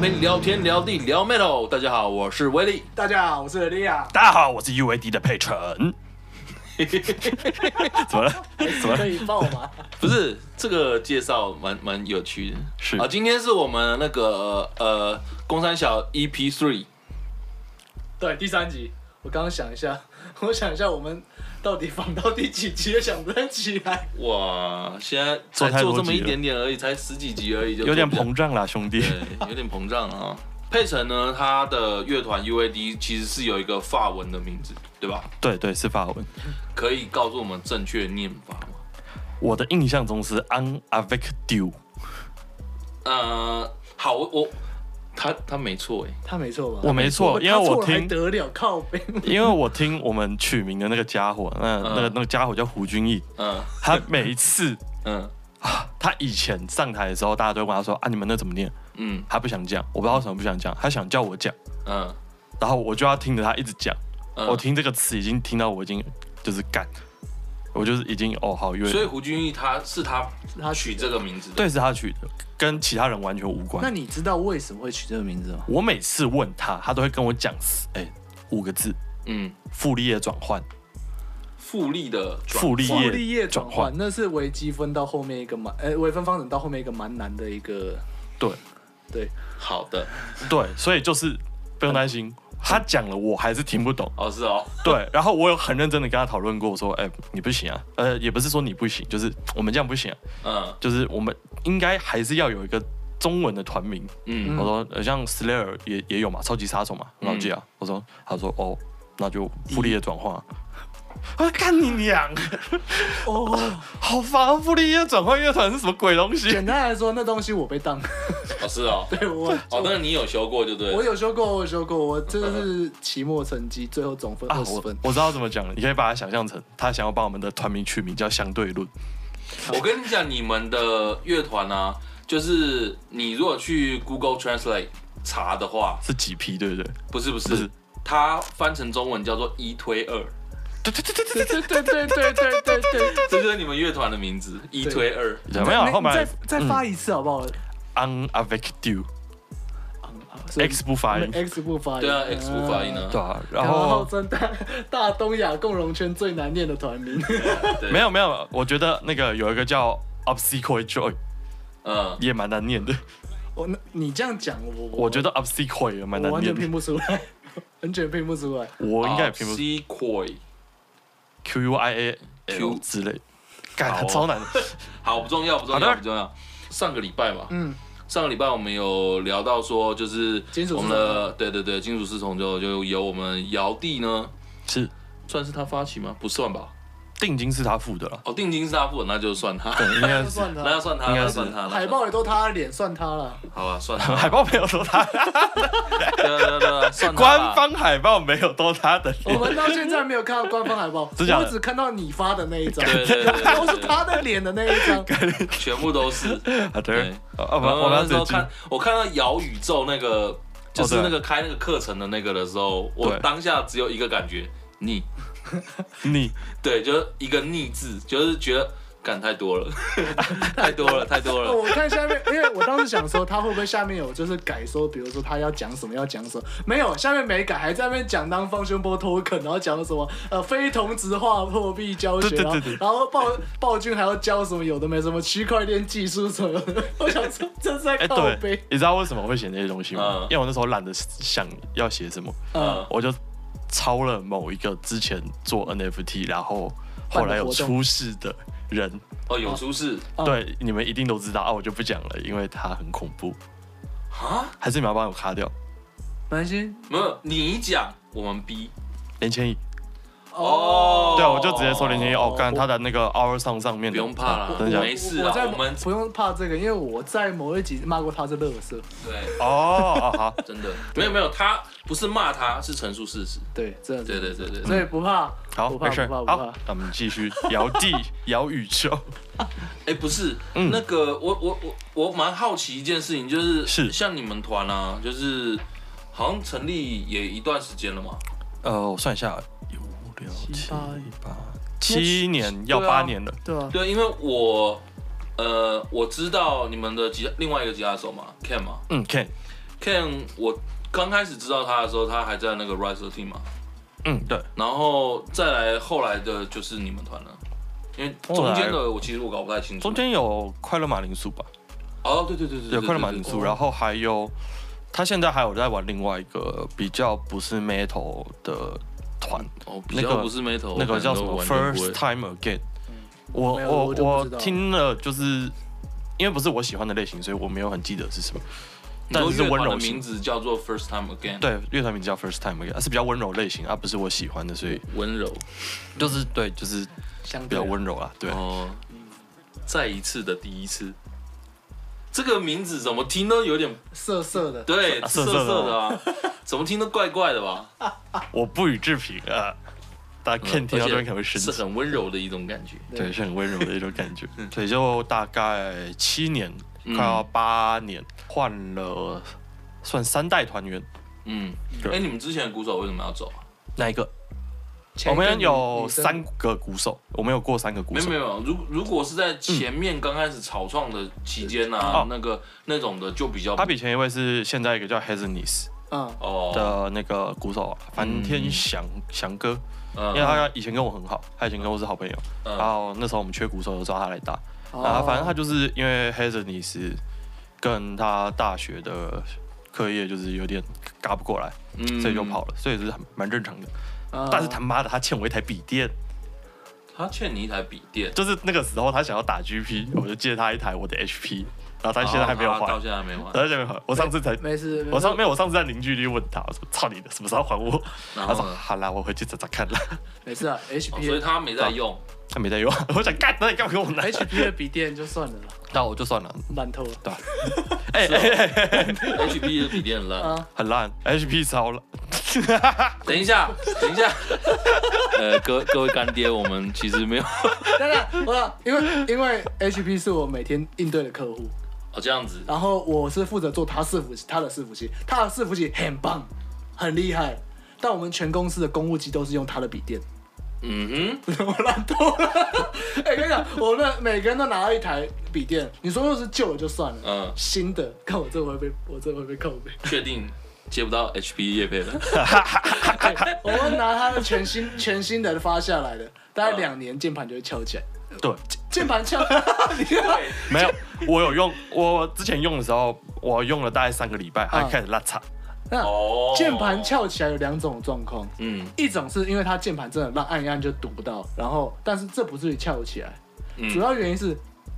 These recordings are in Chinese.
陪你聊天聊地聊 metal。大家好，我是威 力。大家好，我是莉亚。大家好，我是 UAD 的佩晨。怎 么了？哎怎么可了？以报吗？不是这个介绍蛮蛮有趣的，是啊，今天是我们那个呃工三小 EP three， 对，第三集，我刚刚想一下， 我想一下，我们到底放到第几集也想不起来。哇，现在做才太多做这么集一了点点而已，才十几集而已，就有点做不了膨胀啦，兄弟。对，有点膨胀啊。佩晨呢，他的乐团 UAD 其实是有一个法文的名字，对吧？对对，是法文。可以告诉我们正确念法吗？我的印象中是 on avec du，呃，好，我我他他没错哎，他没错吧？我没错因为我他错了还听得了靠背。因为我听我们取名的那个家伙，那那个嗯那个家伙叫胡 君毅，嗯他每一次啊嗯他以前上台的时候，大家都会问他说啊，你们那怎么念？嗯他不想讲，我不知道为什么不想讲，他想叫我讲，嗯，然后我就要听着他一直讲。嗯我。听这个词已经听到我已经就是干，我就是已经哦好乐，所以胡君毅他是他他取这个名字的，对是他取的，跟其他人完全无 那关。你知道为什么会取这个名字吗？我每次问他，他都会跟我讲四哎五个字：嗯，傅立叶转换，复利的转傅立复利叶业转换，。那是微积分到后面一个蛮，呃，微分方程到后面一个蛮难的一个，对 对，好的对，所以就是不用担心，嗯他讲了我还是听 不懂。哦是哦，对，然后我有很认真的跟他讨论过，我说，哎、你不行啊，呃，也不是说你不行，就是我们这样不行啊，嗯就是我们应该还是要有一个中文的团名，嗯我说呃像 Slayer 也也有嘛，超级杀手嘛，很好记啊。我说，他说哦，那就复利的转换啊。 我说干你娘，哦， 好烦啊！复利叶转换乐团是什么鬼东西？简单来说，那东西我被当， 哦是哦，对我，哦那你有修过就对我了，有修过，我有修过，我这是期末成绩，最后总分啊，二十我分。我知道怎么讲了，你可以把它想象成他想要把我们的团名取名叫相对论。我跟你讲，你们的乐团啊，就是你如果去 Google Translate 查的话，是几批，对不对？不是不是，不是它翻成中文叫做一推二，对对对对对对对对对对对 对。这就是你们乐团的名字一推二，对，有没有？后面嗯再再发一次好不好 on avec du 嗯好所以 X 不发音， ，X 不发音，对啊 X 不发音啊对啊，嗯。然哎然后后真大大东亚共荣圈最难念的团名， 对没有没有，我觉得那个有一个叫 Obsequy Joy 嗯也蛮难念的，我那你这样讲，我我觉得 Obsequy 也蛮我难完念全的拼，不出来，完全拼不出来。我应该也拼不 C Coy， Q U I A Q L 之类，好干哦超难。好不重要不重好要的不重要，上个礼拜嘛，嗯，上个礼拜我们有聊到说，就是金属我们的对对对，金属四重奏就由我们姚弟呢， 是算是他发起吗？不算吧。定金是他付的了，哦，定金是他付的，那就算他，对，应该那是算那要他， 算他，应那该要是算他。海报也都他的脸，算他 了。好吧，算他，海报没有多他，对啊对啊对啊，算他吧官。方海报没有多他的我脸， 们到现在没有看到官方海报，真假的我只看到你发的那一张，对对对对 都是他的脸的那一张。全部都是。好的对，啊 我然们后我们要那时候追剧，看，我看到姚宇宙那个，就是哦对那个开那个课程的那个的时候，我对当下只有一个感觉，腻。你对，就是一个腻字，就是觉得干太多了， 太多了，太多了。哦我看下面，因为我当时想说他会不会下面有就是改说，比如说他要讲什么要讲什么，没有，下面没改，还在那边讲当方宣波脱肯，然后讲了什么呃非同质化货币教学，对对对对然后然后暴暴君还要教什么有的没什么区块链技术什么的，我想说这是在哎靠背对，，你知道为什么我会写那些东西嗯吗？因为我那时候懒得想要写什么，嗯嗯，我就抄了某一个之前做 NFT，然后后来有出事的人。哦，有出事哦对，你们一定都知道啊，我就不讲了，因为他很恐怖。啊？还是你们要帮我卡掉？蛮心没有，你讲，我们逼。连千亿，哦对啊，我就直接说连千亿哦哦，干他的那个 Hour 上上面的不用怕啦，真的假的没事啦我，在啊我们不用怕这个，因为我在某一集骂过他是乐色，对，哦，哦好，真的没有没有，他不是骂他，是陈述事实。对，真的是对对对对，所对以不怕，好，不怕没事，不怕好，不怕那。我们继续摇地摇宇宙，哎，不是嗯那个，我我我我蛮好奇一件事情，就是是像你们团啊，就是好像成立也一段时间了嘛，呃，我算一下，有五六七七八八七年要对啊八年了，对啊，对，因为我呃我知道你们的吉他另外一个吉他手嘛，Ken 嘛嗯，Ken， Ken，我刚开始知道他的时候，他还在那个 Riser Team 嘛，嗯，对，然后再来后来的就是你们团了，因为中间的我其实我搞不太清楚。中间有快乐马铃薯吧，哦，对对对对对，对，快乐马对铃对薯，然后还有他现在还有在玩另外一个比较不是 metal 的团，哦，比那较个不是 metal，那个叫什我么可能都完全不会 First Time Again。我嗯没有我我就不我知道听了，就是因为不是我喜欢的类型，所以我没有很记得是什么。你说但是乐团温柔的型名字叫做 First Time Again，，对，乐团名叫 First Time Again，是比较温柔类型啊，不是我喜欢的，所以温柔。就是对，就是相比对较来温柔啦。对，哦，再一次的第一次，这个名字怎么听都有点涩涩的，对涩涩涩的涩的啊，怎么听都怪怪的 吧？我不予置评啊，大嗯家 Ken 听到这边可能会生是气。很温柔的一种感觉。对，是很温柔的一种 感觉。嗯所以就大概七年，快要八年，换了算三代团员。嗯，对哎，你们之前的鼓手为什么要走啊？哪一个？前我一个们女有女生三个鼓手，我们有过三个鼓没有手没。有，如如果是在前面刚开始草创的期间啊哦，那个那种的就比较他比前一位是现在一个叫 Hazenis 嗯，哦，的那个鼓手啊樊天祥祥哥，因为嗯他以前跟我很好，他以前跟我是好朋友，然嗯哦后那时候我们缺鼓手，就找他来打。然啊后反正他就是因为 Hazenis 跟他大学的课业就是有点嘎不过来，嗯所以就跑了，所以是很蛮正常的。他 但是他妈的，他欠我一台笔电，他欠你一台笔电，就是那个时候他想要打 GP，我就借他一台我的 HP，然后他现在还没有然后还哦他，到现在还没还，他现在没有还。我上次才，没事，没事我上没有，我上次在邻居里问他，我说操你的，什么时候还我？然他后说呢，好啦，我回去找找看啦。没事啊哦所以，HP 他没在用。他没在用， 我想干，那你干嘛给我拿？ HP 的笔电就算了啦，那我就算了，烂 透了对吧？哎哦哎，哎 HP 的笔电很烂。啊，很烂，HP 超烂。等一下，等 一下，呃，各各位干爹，我们其实没有 当然我啊因为因为 HP 是我每天应对的客户，哦这样子，然后我是负责做他伺服器，他的伺服器，他的伺服器很棒，很厉害，但我们全公司的公务机都是用他的笔电。 嗯哼，我烂透了。哎、跟你讲，我们每个人都拿到一台笔电，你说又是旧的就算了，嗯新的，看我这会被我这会被扣背。确定接不到 HP 叶配了，哎我们拿它的全新 全新的发下来的，大概两年键盘就会翘起来，对，键盘翘， 你知道吗没有，我有用，我之前用的时候，我用了大概三个礼拜，它开始拉碴。那哦键盘，翘起来有两种状况，嗯一种是因为它键盘真的让按一按就读不到，然后但是这不至于翘起来，嗯，主要原因是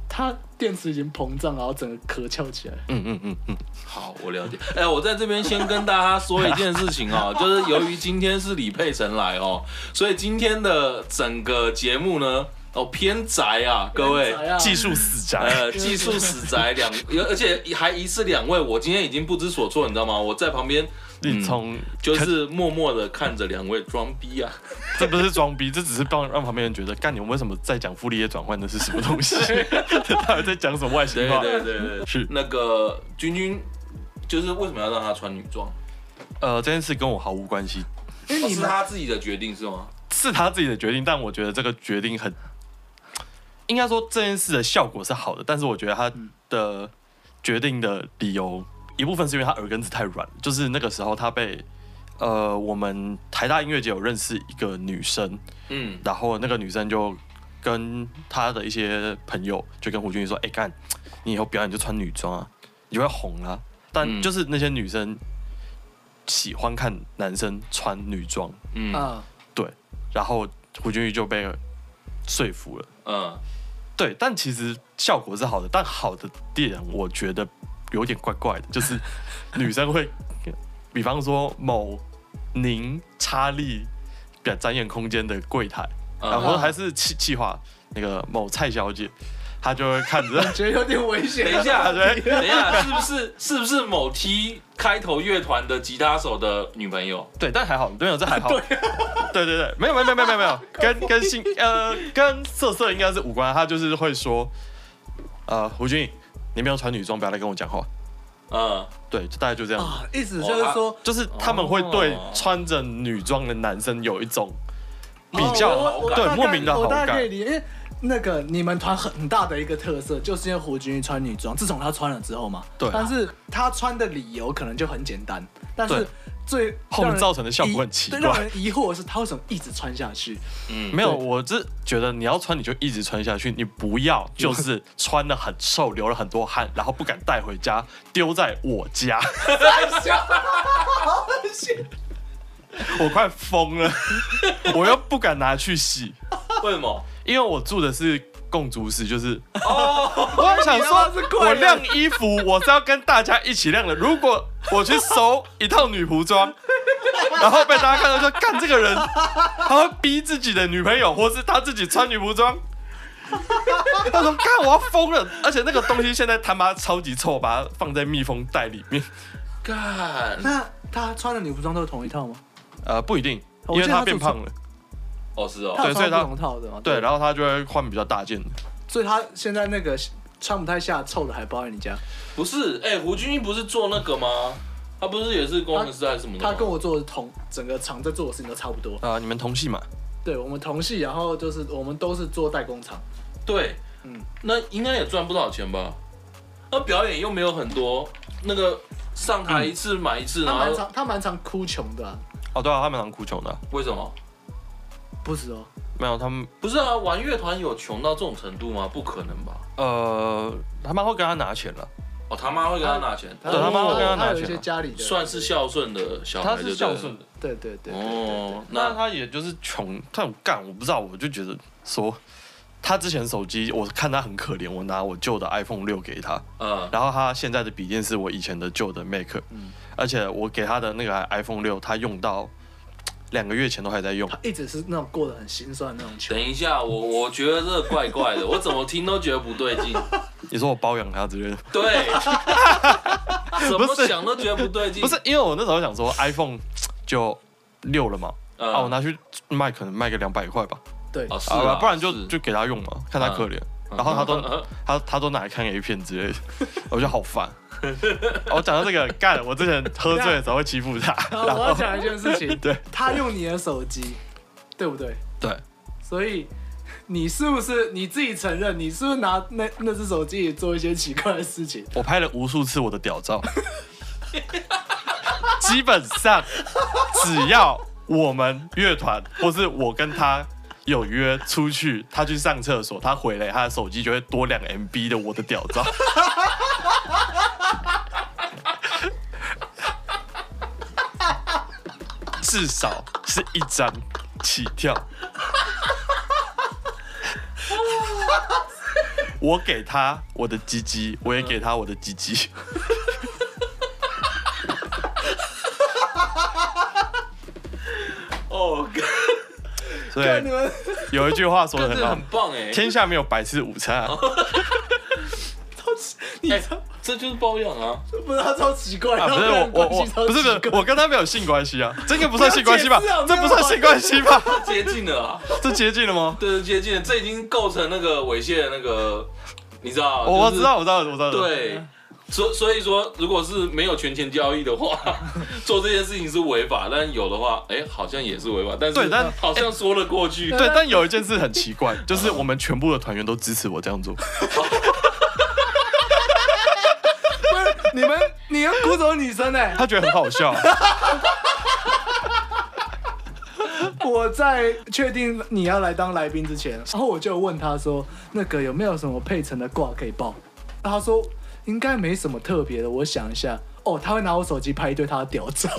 它电池已经膨胀，然后整个壳翘起来。嗯嗯嗯嗯，好，我了解。哎，我在这边先跟大家说一件事情 哦，就是由于今天是李佩辰来哦，所以今天的整个节目呢，哦偏宅啊，各位。哎呀技术死宅。呃，技术死宅两， 而且还疑似两位，我今天已经不知所措，你知道吗？我在旁边，你嗯从就是默默的看着两位装逼 啊。这不是装逼，这只是让让旁边人觉得，干你们为什么在讲傅立叶转换的是什么东西？ 到底在讲什么外对星话？对对对，是那个君君，就是为什么要让他穿女装？呃，这件事跟我毫无关系，因为哦哎你是们他自己的决定是吗？是他自己的决定，但我觉得这个决定很，应该说这件事的效果是好的，但是我觉得他嗯的决定的理由一部分是因为他耳根子太软，就是那个时候他被呃我们台大音乐节有认识一个女生，嗯，然后那个女生就跟她的一些朋友就跟胡军说：“哎、干，你以后表演就穿女装啊，你就会红啊。”但嗯就是那些女生喜欢看男生穿女装，嗯啊，对，然后胡军就被说服了。嗯，对，但其实效果是好的，但好的点我觉得有点怪怪的，就是女生会，比方说某宁查理表展演空间的柜台，然后还是气气话那个某蔡小姐，她就会看着觉得有点危险。啊等一下，她就会等一下，是不是是不是某 T 开头乐团的吉他手的女朋友？对，但还好，没有这还好， 对对对，没有没有没有没有没有没有，跟跟性呃跟色色应该是无关，她就是会说，呃胡军，你没有穿女装，不要来跟我讲话，嗯，对，就大概就这样，啊，意思就是说，就是他们会对哦穿着女装的男生有一种比哦较、我我对大概莫名的哦我好大概感可以，理解，因为那个你们团很大的一个特色，就是因为胡军穿女装。自从她穿了之后嘛，对啊但是她穿的理由可能就很简单，但是对最后面让人造成的效果疑很奇对怪让人疑惑的是她为什么一直穿下去？没有，对我是觉得你要穿你就一直穿下去，你不要就是穿的很臭，流了很多汗，然后不敢带回家，丢在我家， 太笑了， 好恶心！我快疯了， 我又不敢拿去洗，为什么？因为我住的是共租室，就是哦，我想说你要是，贵了我晾衣服我是要跟大家一起晾的。如果我去收一套女仆 装，然后被大家看到说，干这个人，他会逼自己的女朋友，或是他自己穿女 仆装。他说：“干，我要疯了！而且那个东西现在他妈超级臭，把它放在密封袋里面。干那她穿的女服装都是同一套吗？呃，不一定，我因为记得他他变住胖了，哦是她哦，有对所穿以不她同套的嘛？对，然后他就会换比较大件的。所以她现在那个穿不太下臭的还包在你家。不是，哎、胡军不是做那个吗？他不是也是工程师还是什么的吗？她跟我做的同整个厂在做的事情都差不多。啊、你们同系嘛？对我们同系，然后就是我们都是做代工厂。对，嗯那应该也赚不少钱吧？那表演又没有很多，那个上台一次买一次，啊他然蛮后常他蛮常哭穷的啊、哦，对啊，他们蛮哭穷的啊、为什么？不止哦，没有，他们不是啊，玩乐团有穷到这种程度吗？不可能吧？呃，他妈会跟他拿钱了。哦，他妈会跟他拿钱，对他妈妈会跟他他拿有一钱些啊家里的，算是孝顺的小孩，他是孝顺的。的，对对对对对对哦，那那他也就是穷，他很干，我不知道，我就觉得说，他之前手机我看他很可怜，我拿我旧的 iPhone 六给他，呃，然后他现在的笔电是我以前的旧的 Mac，、嗯而且我给他的那个 iPhone 六，他用到两个月前都还在用。他一直是那种过得很心酸的那种穷等。一下，我我觉得这怪怪的，我怎么听都觉得不对 劲。你说我包养他之类的， 对，怎么不是想都觉得不对劲。不是，因为我那时候想说 iPhone 就六了嘛，嗯，啊，我拿去卖可能卖个两百块吧，对，哦是嗯啊，啊，不然就是就给他用嘛，看他可怜。然后他都他他都拿来看 A 片之类的， 我觉得好烦。我讲到这个，干，我之前喝醉的时候会欺 负他，然后我要讲一件事情， 对他用你的手机，对不对？对，所以你是不是你自己承认，你是不是拿那那只手机也做一些奇怪的事情？我拍了无数次我的屌照，基本上只要我们乐团或是我跟他有约出去，他去上厕所，他回来他的手机就会多两 MB 的我的屌照。至少是一张起跳。我给他我的鸡鸡，我也给他我的鸡鸡。 哦，干所以看你们有一句话说的这很个好很，棒哎，天下没有白吃午餐、哦啊，超奇，你哎超这就是包养啊。不是他超奇怪，啊然不后是跟我人我关我系超不是不奇是怪。我跟他没有性关系啊，这个不算性关系吧不要解释啊？这不算性关系吧？接近了啊，这接近了吗？对，接近了，这已经构成那个猥亵的那个，你知道？啊我我就是知道我知道我知道，，对，所所以说，如果是没有权钱交易的话， 做这件事情是违法；但有的话，哎、好像也是违法，但是对但哎好像说得过去。对，但有一件事很奇怪，就是我们全部的团员都支持我这样做。不是你们，你要鼓走女生哎、他觉得很好笑，啊 我在确定你要来当来宾之前，然后我就问他说，那个有没有什么配成的挂可以报？他说应该没什么特别的，我想一下。哦，他会拿我手机拍一堆他的屌照，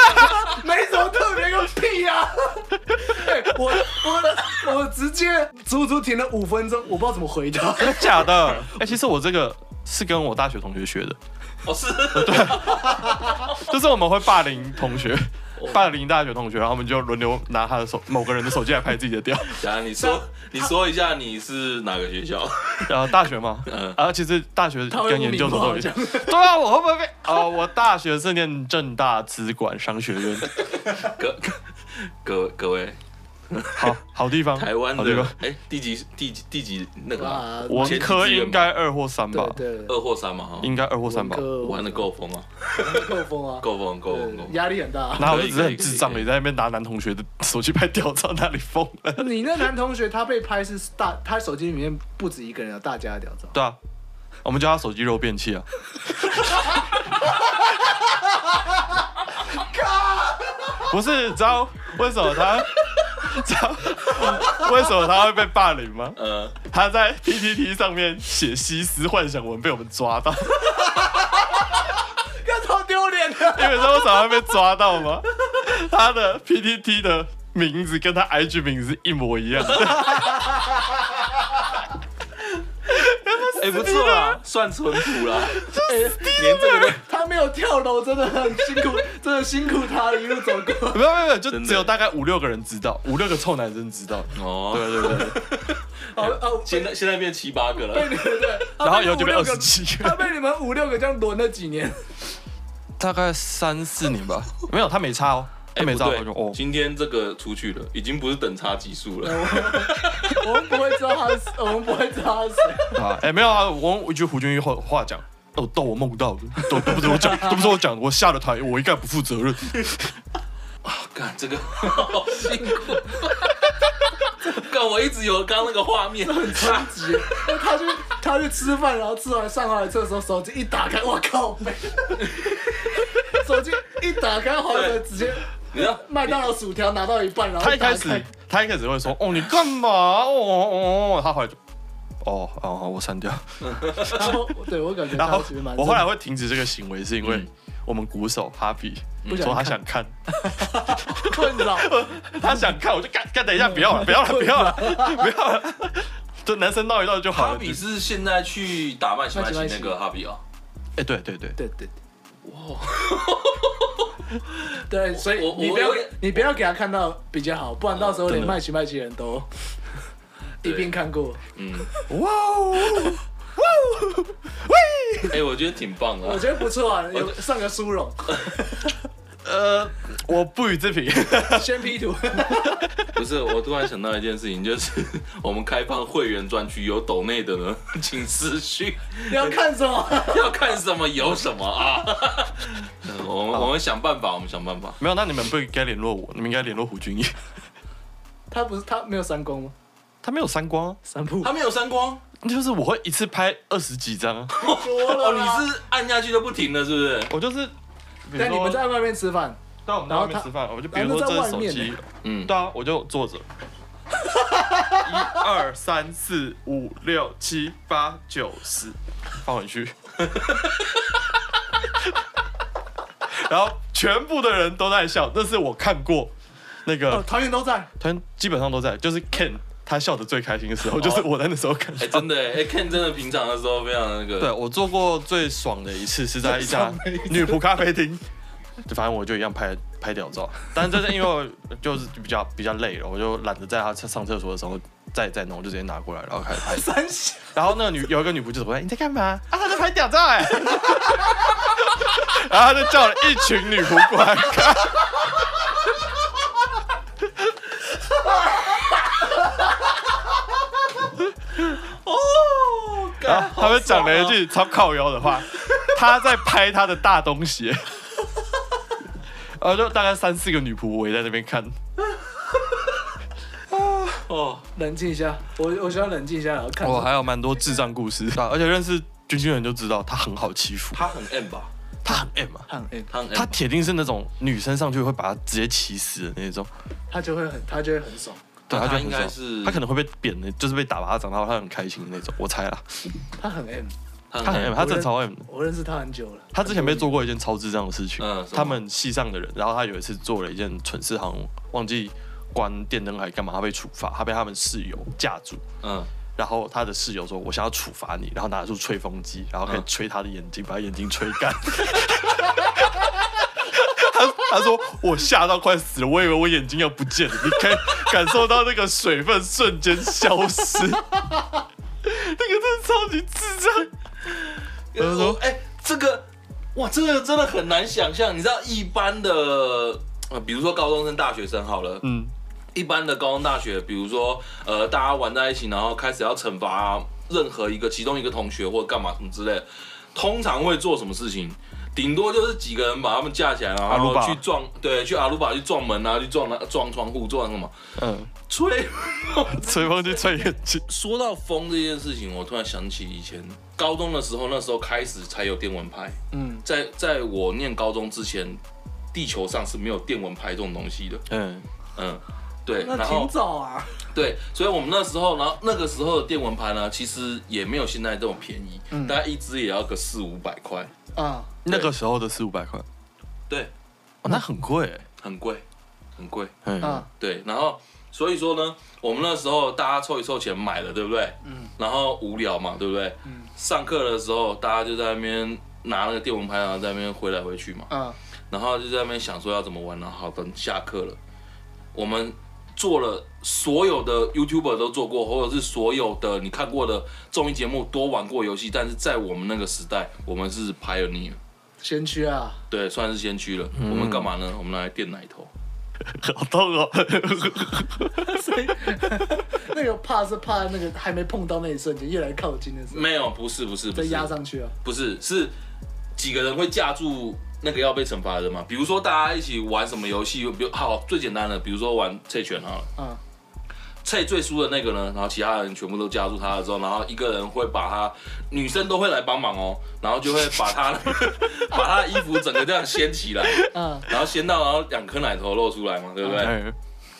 没什么特别个屁呀、啊 哎我我我直接足足停了五分钟，我不知道怎么回答。 真的假的？哎，其实我这个是跟我大学同学学的，哦，是，就是我们会霸凌同学，哦霸凌大学同学，然后我们就轮流拿他的手某个人的手机来拍自己的屌。等一下你说，你说一下你是哪个学 校？呃，大学吗？嗯然后其实大学他会跟污研究名所都化有我一样讲。对啊，我会不会被？ 哦，我大学是念正大资管商学院，各各各位，好好地方，台湾好地的方，哎、第几第几第几那个、啊、哇，文科应该二或三吧对，对，二或三嘛哈，应该二或三吧。玩的够疯啊，够疯啊，够疯够疯够对疯。压力很大。然后可我以就只可是以很智障可以的在那边拿男同学的手机拍吊照，那里疯了。你那男同学他被拍是大，他手机里面不止一个人有大家的屌照，对啊，我们叫他手机肉便器 啊。不是，知道为什么他？知道为什么他会被霸凌吗？呃，他在 PTT 上面写西施幻想文被我们抓到， 你这超丢脸 的。们知道为什么会被抓到吗？他的 PTT 的名字跟他 IG 名字是一模一样的。哎、不错啊，算淳朴啦，连这个都他没有跳楼，真的很辛苦， 真的辛苦他一路走过。 没有没有没有，就真的只有大概五六个人知道，五六个臭男生知道。哦，对对对，好 哦，现在现在变七八个了，被你们 对，然后以后就被变五二六十个，七个，他被你们五六个这样轮了几年。 大概三四年吧。没有，他没差哦，他没哎不差哦，我就对，哦，今天这个出去了，已经不是等差级数了。 我们不会知道他是，我们不会知道他是谁。啊，哎，没有啊，我我一句胡军一话话讲。哦，都我梦到的，都都不是我 讲，都不是我讲的，我下了台，我一概不负责任。干这个好辛苦， 干我一直有刚刚那个画面，冲击，他去他去吃饭，然后吃完上完厕所，手机一打开，我靠 背，手机一打开，黄对的直接 你知道麦当劳薯条拿到一半，然后他一打开开始，他一开始会说，哦，你干嘛？哦哦哦，他后来就，哦哦，好我删掉。 然后对我感觉然他后其实蛮，我后来会停止这个行为，是因为嗯我们鼓手哈比不想说他看想看， 困扰，他想 看，我就干干，等嗯一下，不要了，不要 了，不要了， 不要了， 就男生闹一闹就好哈了。比就是是现在去打麦奇麦奇那个哈比哦，哎，对对对，对对对， 哇，对，所以我我你不要我有点你不要给他看到比较好，不然到时候连啊真的麦奇麦奇人都对一并看过。嗯，哇哦，哎、我觉得挺棒的、我觉得 不错啊，有上个殊荣，呃， 我不予置评。 先 P 图， 不是，我突然想到一件事情，就是 我们开放会员专区，有抖内的呢， 请私讯， 你要看什么？要看什么有什么啊。 呃我们我们想办法，我们想办法。没有，那你们不应该联络我，你们应该联络胡俊义。 他不是他没有三公吗？他没有删光啊，三步他没有删光就是我会一次拍二十几张啊，多哦，了啦。你是按下去就不停了，是不是？我就是。比如但你们说在外面吃饭，到我们然后外面他吃饭，我就比然如后说在这外是手面机，嗯，对啊，我就坐着。一二三四五六七八九十，放回去。 然后全部的人都在笑，那是我看过那哦，个团员都在，团基本上都在，就是 Ken 他笑的最开心的时候，就是我在那时候看哦哎、。真的哎、哎 Ken 真的平常的时候非常的那个，对我做过最爽的一次是在一 家女仆咖啡厅， 就反正我就一样拍拍屌照，但是这是因为我就是比较比较累了，我就懒得在她上厕所的时候再再弄，我就直接拿过来，然后开始拍。三小然后那个女有一个女仆就走过来，你在干嘛？啊，她在拍屌照哎、 然后她就叫了一群女仆过来 看。哦，然干后他们讲了一，好爽啊句超靠腰的话，他在拍他的大东西，然后就大概三四个女仆围在那边看，哦，冷静一下，我我需要冷静一下，然后看。哦我还有蛮多智障故事啊，而且认识军军人就知道他很好欺负，他很 M 吧？他很 M 啊，看，哎，他很 M，他铁定是那种女生上去会把他直接骑死的那种，他就会很，他就会很爽，对，那他他就应很该爽是，他可能会被扁的，就是被打巴掌，然后他很开心的那种，我猜啦，嗯他很 M，他他很 M，他真的超 M 的。哎我认识他很久了。他之前被做过一件超智障的事情，嗯什么他们系上的人，然后他有一次做了一件蠢事，好像忘记关电灯还干嘛，他被处罚，他被他们室友架住，嗯，然后他的室友说：“我想要处罚你。”然后拿出吹风机，然后开始吹他的眼睛，把他眼睛吹干。 他他说：“我吓到快死了，我以为我眼睛要不见了。”你可以感受到那个水分瞬间消失， 那个真的超级智障。他他说哎、这个哇，这个真的很难想象。你知道一般的，呃，比如说高中生、大学生好了，嗯，一般的高中大学，比如说呃大家玩在一起，然后开始要惩罚任何一个其中一个同学或干嘛什么之类的，通常会做什么事情？顶多就是几个人把他们架起来，然阿后鲁巴去撞，对，去阿鲁巴去撞门啊，去撞那撞窗户，撞什么？嗯，吹吹风机吹眼睛， 说到风这件事情，我突然想起以前高中的时候，那时候开始才有电蚊拍。嗯，在在我念高中之前，地球上是没有电蚊拍这种东西的。嗯，嗯，对。那然挺后早啊。对，所以我们那时候，然后那个时候的电蚊拍呢，其实也没有现在这么便宜，嗯大概一支也要个四五百块。啊，那个时候的四五百块，对，哦，那很贵欸，很贵，很贵。嗯啊，对，然后所以说呢，我们那时候大家凑一凑钱买了，对不对？嗯。然后无聊嘛，对不对？嗯。上课的时候，大家就在那边拿那个电蚊拍，然后在那边挥来挥去嘛，啊，然后就在那边想说要怎么玩。然后好，等下课了，我们做了所有的 YouTuber 都做过，或者是所有的你看过的综艺节目都玩过游戏，但是在我们那个时代，我们是 pioneer，先驱啊， 对，算是先驱了。我们干嘛呢？我们拿来垫奶头。好痛哦， 所以 那个怕是怕那个还没碰到那一瞬间，越来越靠近的时候，没有，不是，不是，不再是。压上去啊。不是，是几个人会架住那个要被惩罚的人嘛？比如说大家一起玩什么游戏，比如好最简单的，比如说玩猜拳好了，啊，猜最输的那个呢，然后其他人全部都架住他了之后，然后一个人会把他女生都会来帮忙哦，然后就会把他把他的衣服整个这样掀起来，啊，然后掀到然后两颗奶头露出来嘛，对不对？嗯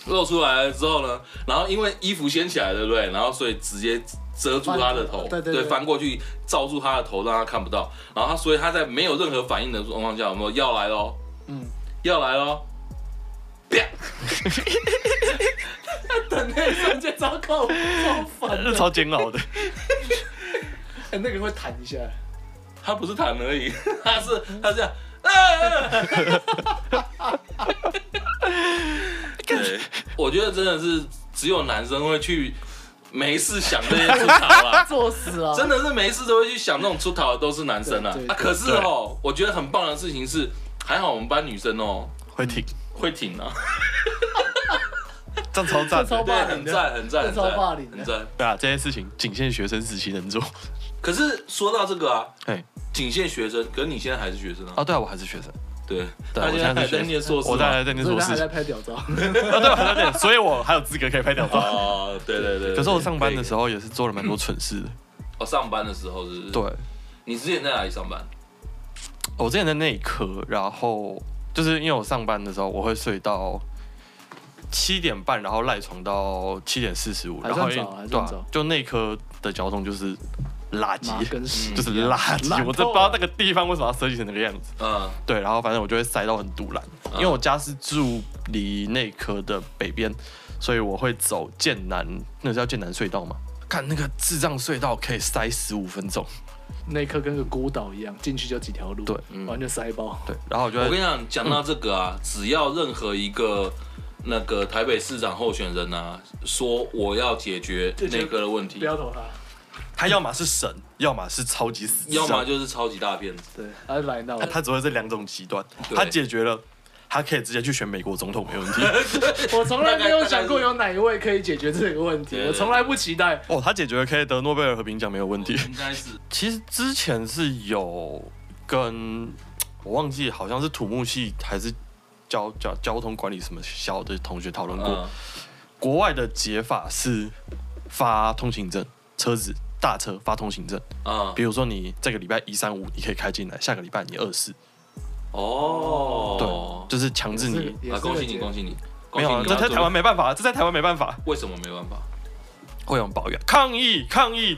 露出来了之后呢，然后因为衣服掀起来，对不对？然后所以直接遮住他的头，翻对对对翻过去罩住他的头，让他看不到。然后他所以他在没有任何反应的状况下，我们说要来喽，嗯，要来喽，啪！等那一瞬间，糟糕，超烦那的。 超煎熬的，哎，那个会弹一下，他不是弹而已， 他是他是这样，啊！ 对，我觉得真的是只有男生会去没事想这些出逃啦。 作死啊！真的是没事都会去想那种出逃的都是男生啊对对。啊，对可是哦，我觉得很棒的事情是，还好我们班女生哦会挺，会挺啊，这样超赞这超的。对，霸很凌的赞很赞很这超霸赞凌的很赞。对啊，这件事情仅限学生时期能做。可是说到这个啊，哎，仅限学生，可是你现在还是学生啊？哦，对啊，我还是学生，对，他对啊，现我现在在还是学在生念硕士吗，我在还在念所以硕他还士，在啊，拍屌照， 对啊，还在念， 所以我还有资格可以拍屌照。哦，对对 对。对可是我上班的时候，候也是做了蛮多蠢事的。哦，上班的时候是，对，，你之前在哪里上班？我之前在内科，然后就是因为我上班的时候，我会睡到七点半，然后赖床到七点四十五，还然算后因为早还算对啊早，就内科的交通就是垃圾妈，跟屎就是垃圾烂透，了我真不知道那个地方为什么要设计成那个样子。嗯对，然后反正我就会塞到很堵拦，因为我家是住离内科的北边，所以我会走剑南，那是叫剑南隧道嘛？看那个智障隧道可以塞十五分钟，那一刻跟个孤岛一样，进去就几条路，对，完全塞爆。对，然后我就我跟会你讲，讲到这个啊，只要任何一个那个台北市长候选人啊，说我要解决内科的问题不，要投他，他要么是神，要么是超级死，要么就是超级大 骗子。对，他来闹他，他只会这两种极端，对他解决了。他可以直接去选美国总统，没问题。 我从来没有想过有哪一位可以解决这个问题对，对对我从来不期待。哦，他解决了可以得诺贝尔和平奖，没有问题。应该是其实之前是有跟我忘记，好像是土木系还是交交交通管理什么小的同学讨论过，嗯，国外的解法是发通行证，车子大车发通行证。啊比如说你这个礼拜一三五你可以开进来，下个礼拜你二四，对哦，，就是强制你。也是啊，恭喜你，恭喜！喜你，没有啊，恭喜这你在台湾没办法，这在台湾没办法，为什么没办法？会有人抱怨抗议抗议。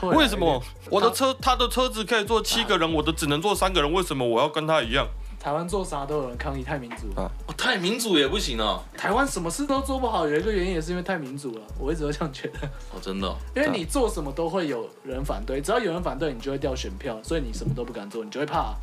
会啊为什么我的车他的车子可以坐七个人，我的只能坐三个人？为什么我要跟他一样？台湾做啥都有人抗议太民主了？哦太民主也不行哦，台湾什么事都做不好，有一个原因也是因为太民主了。我一直都这样觉得， 哦，真的哦，因为你做什么都会有人反对，只要有人反对，你就会掉选票，所以你什么都不敢做，你就会怕。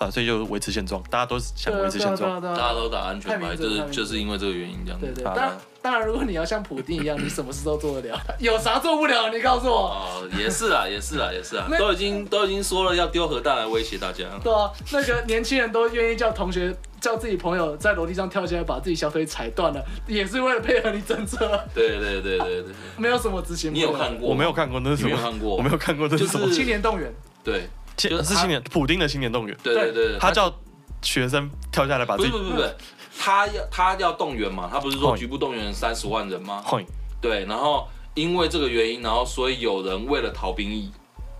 啊，所以就维持现状，大家都想对维啊持对啊对现状。啊对大啊家都打安全牌，太明智就了太是明智就了是因为这个原因这样子。对对，当好的然当然，如果你要像普丁一样，你什么事都做得了，有啥做不了？你告诉我。哦，也是啊，也是啊，也是啊，那都已经都已经说了要丢核弹来威胁大家。对啊，那个年轻人都愿意叫同学、叫自己朋友在楼梯上跳下来，把自己小腿踩断了，也是为了配合你政策，对对对对对，没有什么执行不你了。有看过？我没有，看过那是什你么？没有看过我没有看过那是什么就？是青年动员？对青就是是他青年普丁的青年动员，对对对，对他叫学生跳下来把不自是己不是不是，他要他要动员嘛，他不是说哦局部动员三十万人吗？晃，对，然后因为这个原因，然后所以有人为了逃兵役，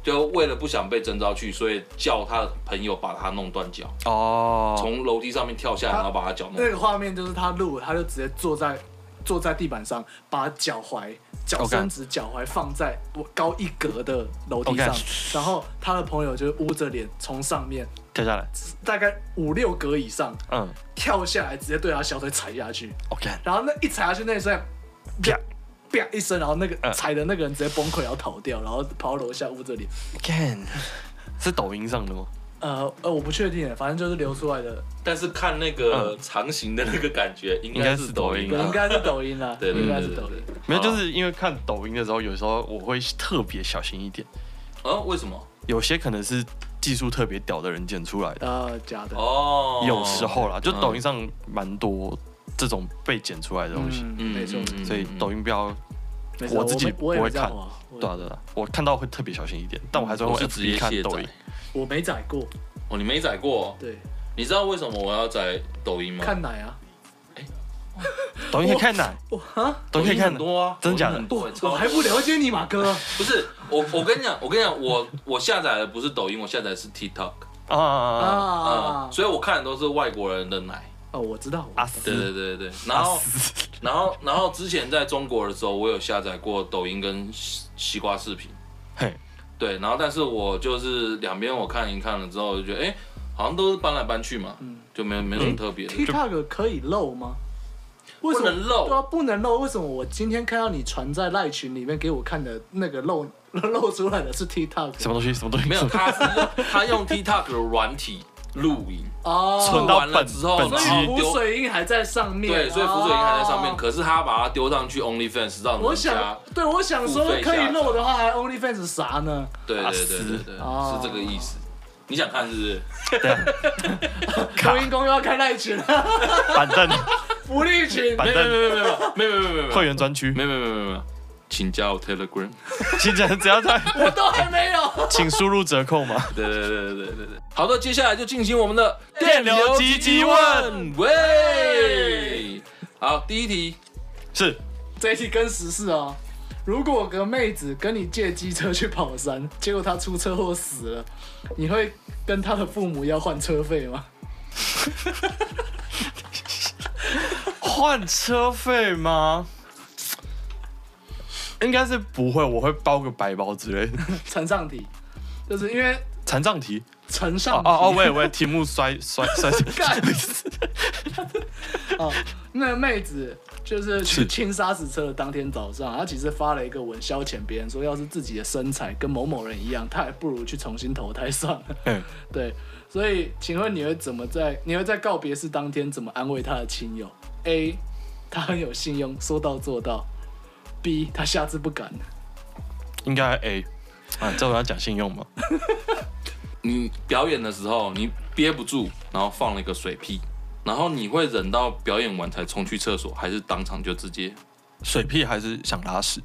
就为了不想被征召去，所以叫他的朋友把他弄断脚，哦，从楼梯上面跳下来，他然后把他脚弄那。个画面就是他录，他就直接坐在坐在地板上，把脚踝、脚 OK 伸直，脚踝放在我高一格的楼梯 OK 上然后他的朋友就捂着脸从上面跳下来，大概五六格以上嗯跳下来，直接对他小腿踩下去， ，OK，然后那一踩下去那一瞬间，啪啪一声，然后那个嗯踩的那个人直接崩溃，然后逃掉，然后跑到楼下捂着脸。干， 是抖音上的吗？呃呃，我不确定耶，反正就是流出来的，但是看那嗯个长形的那个感觉，应该是抖音对啊应。该是抖音 啦，对对应对该对是抖对音。对，没有，就是因为看抖音的时候，有时候我会特别小心一点，啊，为什么？有些可能是技术特别屌的人剪出来的，呃，假的，哦，有时候啦，就嗯抖音上蛮多这种被剪出来的东西，嗯，没错，所以抖音音不要没事我自己没我也不没会这样看滑我对啊对啊，我看到会特别小心一点，但我还是我会是职业 FB 看卸抖载音。。我没载过，哦，你没载过？对，哦你知道为什么我要载抖音吗？看奶啊，抖音可以看奶，我啊，抖音可以看很多啊，真的假的抖音很多，我超我还不了解你马哥，不是我，我跟你讲，我跟你讲，我我下载的不是抖音，我下载的是 TikTok 啊 啊啊啊！啊、啊，所以我看的都是外国人的奶。哦，我知道，阿我知道对斯，对对对，然后然后然后之前在中国的时候，我有下载过抖音跟西西瓜视频，嘿，对，然后但是我就是两边我看一看了之后，就觉得哎、诶好像都是搬来搬去嘛，嗯就没没什么特别的。 ，TikTok 可以漏吗？为不什么能漏对啊，不能漏。为什么我今天看到你传在赖群里面给我看的那个 漏漏出来的是 TikTok？什么东西？什么东西？没有，他是用他用 TikTok 的软体录影，哦，存到完了本之后本然所后以机浮水印还在上面，对，所以浮水银还在上面，哦可是他把它丢上去 OnlyFans 让我人家想，，对，我想说付费下可载以漏的话，还 OnlyFans 啥呢？对啊对对对对，哦是这个意思。你想看是不是？录音工又要开赖群了，板凳福利群，板凳没有没有没有没有没有没有没有没有没有会员专区，没有没有没有没有，请加我 Telegram。请讲，只要在，我都还没有。请输入折扣嘛。对对对对对对对。好的，接下来就进行我们的电流急急问喂。好，第一题，是这一题跟时事哦。如果有个妹子跟你借机车去跑山， 结果她出车祸死了，你会跟她的父母要换车费吗？ 换车费吗？应该是不会，我会包个白包之类的。陈上题，就是因为残障题，陈哦上题哦哦，喂喂，题目摔摔摔， 干哦，那个妹子就是去是清砂石车的当天早上，她其实发了一个文消遣别人说，要是自己的身材跟某某人一样，她还不如去重新投胎算了。嗯对，所以请问你会怎么在你会在告别式当天怎么安慰他的亲友？A，他很有信用，说到做到。B，他下次不敢。应该 A 啊，这我要讲信用嘛。你表演的时候你憋不住，然后放了一个水屁，然后你会忍到表演完才冲去厕所，还是当场就直接？水屁还是想拉屎？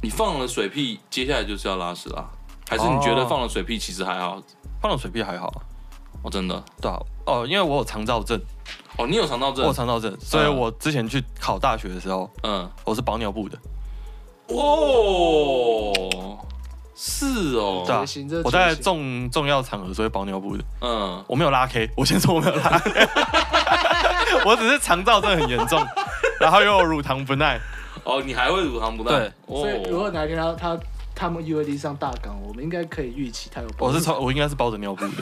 你放了水屁，接下来就是要拉屎啦？还是你觉得哦放了水屁其实还好？放了水屁还好啊，哦，真的。对啊，哦，因为我有肠燥症，哦，你有肠道我有症？肠燥症，所以我之前去考大学的时候，嗯。我是包尿布的，哦，是哦。对啊血型这，我在血型重重要场合所以包尿布的，嗯，我没有拉 K，我先说我没有拉 K，我只是肠燥症很严重，然后又有乳糖不耐，哦，你还会乳糖不耐？对哦所以如果哪一天他他他们 UAD 上大港，我们应该可以预期他有。哦我是从我应该是包着尿布的，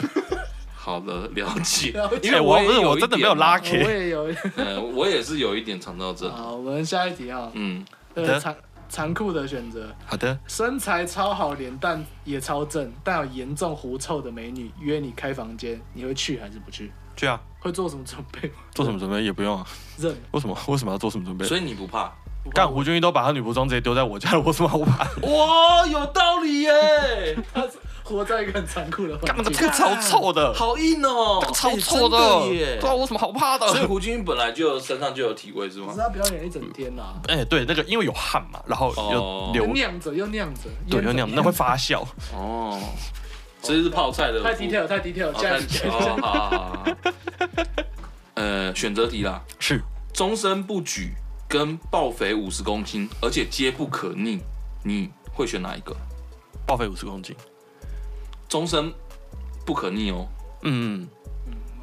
好的了解了解，因哎为我也不是有我一真的点啊没有拉嘛，我也有。 嗯，我也是有一点肠道症。好，我们下一题啊、嗯，呃，得肠残酷的选择：好的，身材超好、脸蛋也超正，但有严重狐臭的美女约你开房间，你会去还是不去？去啊，会做什么准备吗？ 做什么准备也不用啊。认为什么为什么要做什么准备？所以你不怕？干胡军一都把他女仆装直接丢在我家了，我为什么好怕？哇，有道理耶，他是 活在一个很残酷的干环嘛境这。个超臭的，好硬哦，超哎真臭对耶啊，我有什么好怕的？所以胡军本来就身上就有体味是只吗是？他表演一整天啦、哎、对，那个因为有汗嘛，然后哦又又流，酿着又酿着，对，腌着又那样，那会发酵。哦，这就是泡菜的太 detail 太 detail，哦下太一题。哦好好好好。 呃，选择题啦，是，终身不举跟暴肥五十公斤，而且皆不可逆，你会选哪一个？报废五十公斤。终身不可逆哦，嗯，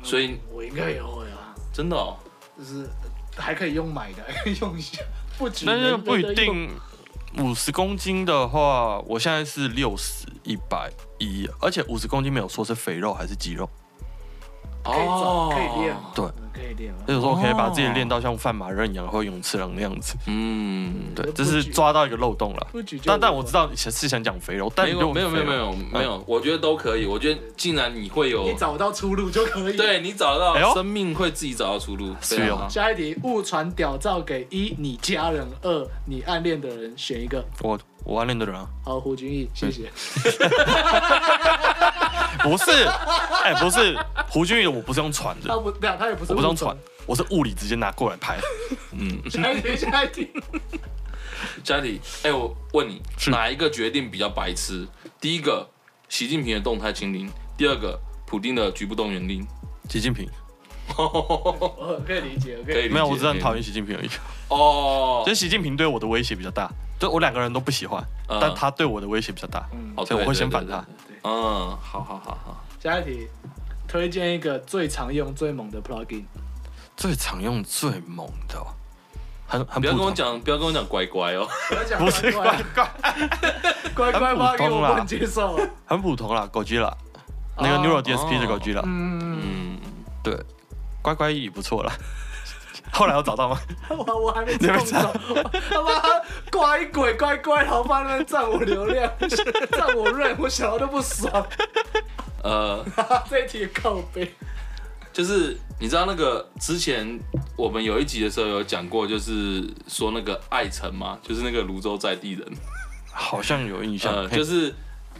所以我应该也会啊，真的哦，就是还可以用买的，还可以用一下，不止。但是不一。定。五十公斤的话，我现在是六十一百一，而且五十公斤没有说是肥肉还是肌肉，可以找，可以练哦，对可以练啊。那有时候可以把自己哦练到像范马人一样，或泳池郎那样子。嗯，对，不这是举抓到一个漏洞了。不举就但但有我知道你是是想讲肥肉，但没如有果没有没有肥没肉哎有没嗯有，我觉得都可以。我觉得既然你会有你，找到出路就可以。，对你找哎呦到生命会自己找到出路，是非常哦好下一题，误传屌照给一你家人，二你暗恋的人，选一个。我我暗恋的人啊，好，胡君毅，谢谢。不是，哎、不是，胡俊宇的我不是用传的他，不，对啊，他也不是误我不是用传传。，我是物理直接拿过来 拍。嗯， 下一题，下一题。家里，哎、我问你，是哪一个决定比较白痴？第一个，习近平的动态清零；第二个，普丁的局部动员令。习近平我哦可以理解，我可可以以。理解 没有，我只是很讨可以厌习近平而已。哦就。是习近平对我的威胁比较大，就我两个人都不喜欢，嗯但他对我的威胁比较大，嗯哦所以我会先反。对他对对。对对嗯，好好好好。下一题，推荐一个最常用、最猛的 plugin。最常用最猛的哦，很很不要普跟我通，讲，不要跟我讲乖乖 哦。不是乖怪怪，乖乖很普 plugin，通啦我不能接受。 很普通啦，狗 G 啦，那个 Neural DSP 的狗 G 啦，嗯，哦嗯，对，乖乖也不错啦。 后来有找到吗？我我还没中招，他妈乖鬼乖乖，然后放在那边占我流量， 占我 r 我想到都不爽。 呃，这一题靠背，就是你知道那个之前我们有一集的时候有讲过，就是说那个艾辰嘛，就是那个泸州在地人，好像有印象呃，，嘿就是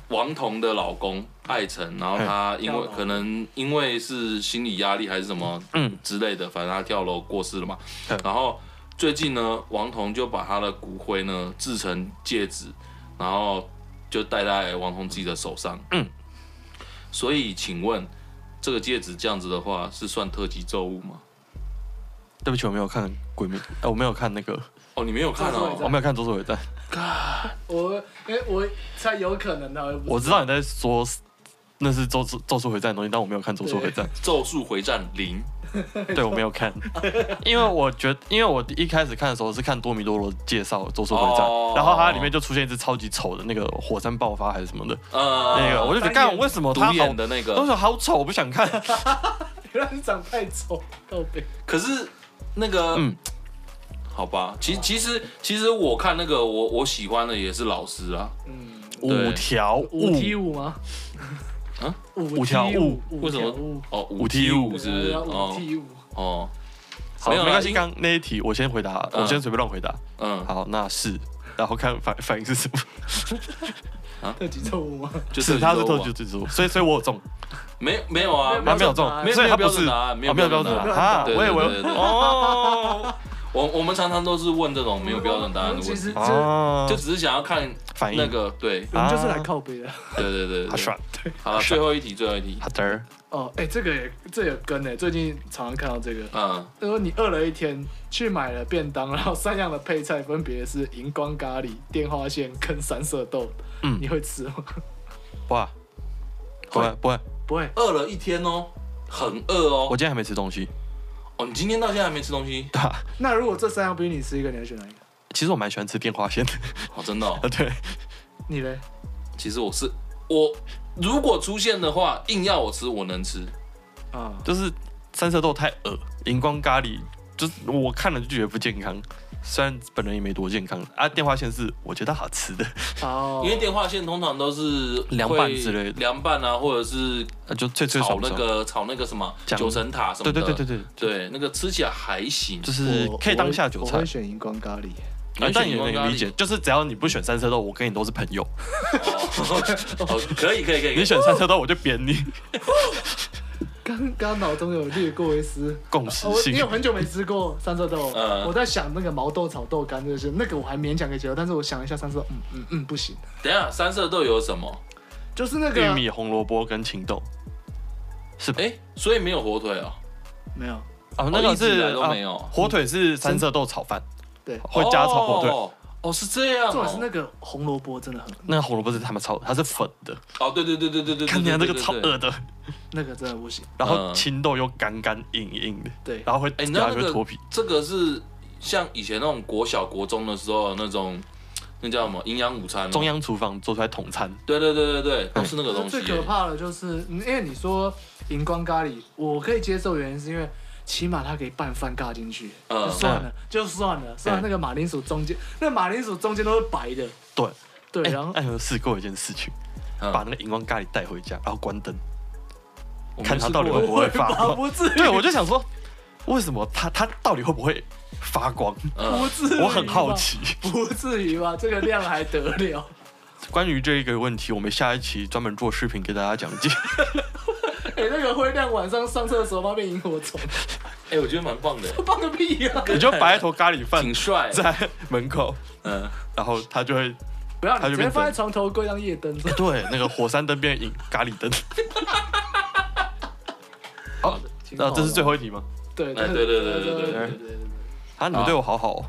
王彤的老公艾辰，然后他因为跳楼可能因为是心理压力还是什么嗯之类的，反正他跳楼过世了嘛对。然后最近呢，王彤就把他的骨灰呢制成戒指，然后就戴在王彤自己的手上。嗯，所以请问这个戒指这样子的话，是算特级咒物吗？对不起，我没有看《鬼灭》，哎，我没有看那个，哦，你没有看这是我知哦道我没有看《左手为战》。我哎、我才有可能他会不我知道你在说那是咒《咒咒术回战》的东西，但我没有看《咒术回战《咒术回战零》，对我没有看， 因为我觉得，因为我一开始看的时候是看多米多罗介绍《咒术回战》哦然后它里面就出现一只超级丑的那个火山爆发还是什么的，呃，那个我就觉得，单眼干为什么独他好眼的那都个，是好丑，我不想看。原来是长太丑，靠背。可是那个嗯，好吧，其其实其实我看那个我我喜欢的也是老师啊，嗯， 对五条五悟，踢五吗？啊，五条五悟，为什么五？哦，五梯 T 五是不是？啊五哦踢五，哦，好，没有没啦关系。因刚刚那一题我先回答，嗯我先随便乱回答。嗯，好，那是，然后看反反应是什么？特级错误吗？就是是他是特级制作，所以所以我有中，没没有啊，没他有没有标中准答案，所以他没有不标是准答案没有哦没有标标准准答答案案啊，对对我以为对对对哦。我我们常常都是问这种没有标准答案的 其问实题，这 哦，就只是想要看反应那个对我们就是啊来靠背的。 对对对对对好 爽，，好了，最后一题最后一题，好的，哦，哎，这个也这也跟哎，最近常常看到这个。嗯，他说你饿了一天，去买了便当，然后三样的配菜分别是荧光咖喱、电话线跟三色豆，嗯你会吃吗？ 哇，不会不会，不会，饿了一天哦，很饿我哦，今天还没吃东西，哦，你今天到现在还没吃东西，对吧？那如果这三样不是你吃一个，你会选哪一个？其实我蛮喜欢吃电话线的， 哦，真的哦，啊对，你嘞？其实我是我如果出现的话，硬要我吃我能吃，啊、就是三色豆太恶，荧光咖喱。就是我看了就觉得不健康，虽然本人也没多健康啊，电话线是我觉得好吃的，哦，因为电话线通常都是凉拌之类的会凉拌啊，或者是啊就脆脆炒爽那爽。个炒那个什么酱九层塔什么对的，对对对对，对，那个吃起来还行，就是我可以当下酒我菜会我会，选荧光咖喱。啊但也完全能理解，就是只要你不选三色豆，我跟你都是朋友；哦， 哦可以可以可以，可你以选三色豆，我就扁你。刚刚脑中有掠过一丝。 共识哦我性因为我很久没吃过三色豆，嗯我在想那个毛豆炒豆干这个是那个我还勉强可以接受，但是我想了一下三色豆，嗯嗯嗯，不行，等一下三色豆有什么？就是那个玉米、红萝卜跟青豆，是吧？哎，所以没有火腿哦，没有，哦，那个一直以是来都啊没有火腿是三色豆炒饭，对，会加炒火腿。哦，哦是这样哦，重点是那个红萝卜真的很，那个红萝卜是他们炒的，它是粉的，哦对对对对对对，看起对来这对个对超对恶的。那个真的不行，然后嗯青豆又干干硬硬的，对然后会哎你知道然后那会个脱皮。这个是像以前那种国小国中的时候那种，那叫什么营养午餐、中央，央厨房做出来统餐，对对对对对，都是那个东西最。可怕的就是嗯因为你说荧光咖喱，我可以接受，原因是因为。起码它可以拌饭尬进去，嗯就算了，就算了，嗯算了。那个马铃薯中间，那马铃薯中间都是白的，对。对，哎然后哎，有没有试过一件事情，嗯把那个荧光咖喱带回家，然后关灯，我没看它试到底过会不会发 吧光。不至于，对，我就想说，为什么它它到底会不会发光？不嗯，至于，我很好，奇。不至于吧？这个量还得了？ 关于这一个问题，我们下一期专门做视频给大家讲 解。哎、那个灰亮晚上上厕所方便萤火虫，哎，我觉得蛮棒的，放个屁啊！你就摆一头咖喱饭挺帅。在门口，嗯，然后它 就会不要，它你直就变接灯放在床头柜当夜灯。对那个火山灯变影咖喱灯。好，挺好那的这是最后一题吗？对呃哎对对对对对对对啊，你们对我好好哦。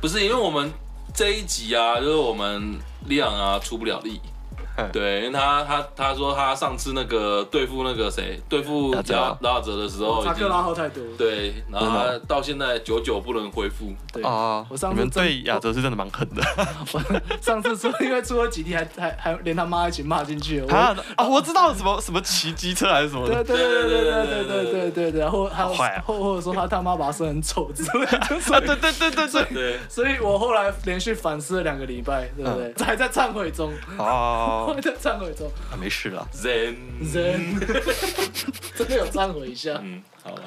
不是，因为我们这一集啊，就是我们亮啊出不了力嗯。对，因为他他他说他上次那个对付那个谁，对付拉泽啊拉拉泽的时候查已哦克经拉后太多。对，然后真的他到现在久久不能恢复。对啊我，上你次们对真亚哲是真的蛮狠的我 上次说，因为出了几题还还还连他妈一起骂进去了。我啊啊！我知道什么什么骑机车还是什么对的，对对对对对对对对对，然后还有好坏啊或或者说他他妈把他生很丑之类 的，啊对对对对对。对，所以我后来连续反思了两个礼拜，对不对？还在忏悔中，嗯哦，还在忏悔中。啊没事了。人人嗯 真的有忏悔一下。嗯，好了，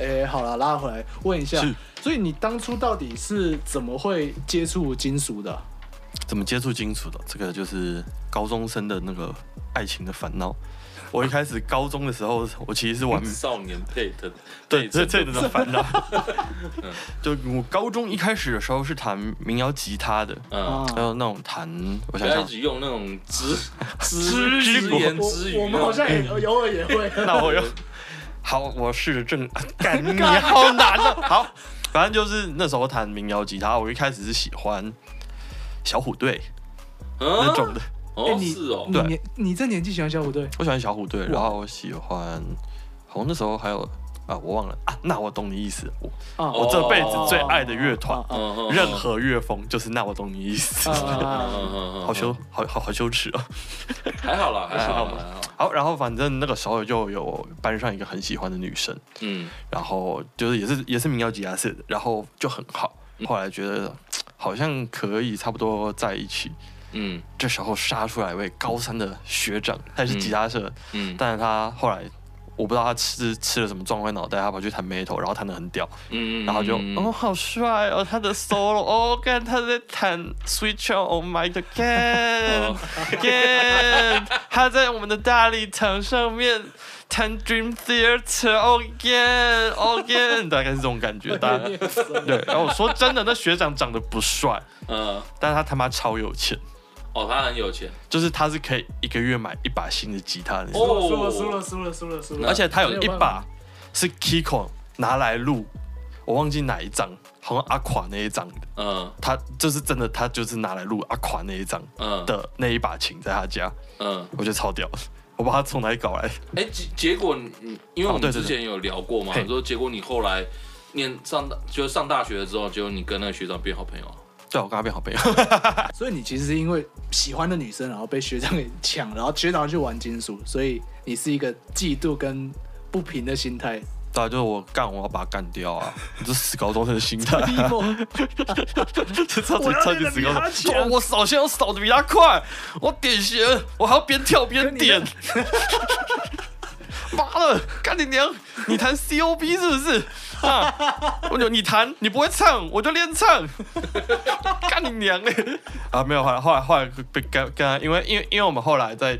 哎、好了，拉回来问一下是，所以你当初到底是怎么会接触金属的啊、怎么接触金属的？这个就是高中生的那个爱情的烦恼。我一开始高中的时候，我其实是玩少年配的，对，这这这种烦恼。 就我高中一开始的时候是弹民谣吉他的，啊嗯，还有那种弹，我不想要想一，直用那种知知知之知国言之语我我们好像也偶尔也会。 嗯那我又好，我试着正， 干你好难哦。好，反正就是那时候弹民谣吉他，我一开始是喜欢小虎队那那种的，哎嗯哦，你是哦你，年你这年纪喜欢小虎队？我喜欢小虎队，然后我喜欢，好像那时候还有啊，我忘了啊，那我懂你意思，我啊我这辈子最爱的乐团啊啊嗯任何乐风就是那我懂你意思。啊啊啊啊好好羞，好好好羞耻哦。嗯还好啦，还好还好啦，还好，好，然后反正那个时候就有班上一个很喜欢的女生，嗯，然后就是也是也是民谣吉他社的，然后就很好。后来觉得好像可以差不多在一起，嗯这时候杀出来一位高三的学长，他也是吉他社，嗯但是他后来我不知道他吃吃了什么撞坏脑袋，他跑去弹 metal，然后弹得很屌，嗯，然后就、嗯哦好帅哦，他的 solo 哦，看他在弹 Switch on Oh My God Again 哦 Again，他在我们的大礼堂上面弹 Dream Theater oh, Again oh, Again，大概是这种感觉，大概。对，然后我说真的，那学长长得不帅，呃，但是他他妈超有钱，哦，他很有钱，就是他是可以一个月买一把新的吉他的那种，哦输了输了输了输了输了！而且他有没一办把法是 Kiko 拿来录，我忘记哪一张，好像阿垮那一张的。嗯他就是真的，他就是拿来录阿垮那一张嗯的那一把琴在他家，嗯，我觉得超屌。我不知道他从哪里搞来，哎，结结果你，因为哦我们对对之对前有聊过嘛，嘿说结果你后来念上大，就上大学了之后，结果你跟那个学长变好朋友，啊对啊我跟他变好朋友。 所以你其实是因为喜欢的女生，然后被学长给 抢，然后学长去玩金属，所以你是一个嫉妒跟不平的心态对啊，就是我干，我要把他干掉啊！你这死高中生的心态，哦 这超级我要超练级得死比高他中强生。我扫线要扫的比他快，我点鞋，我还要边跳边点。 妈的，干你娘！你弹 C O B 是不是？啊，我就你弹，你不会唱，我就练唱。 干你娘嘞！ 啊，没有，后来后来后来被跟跟他，因为因为因为我们后来在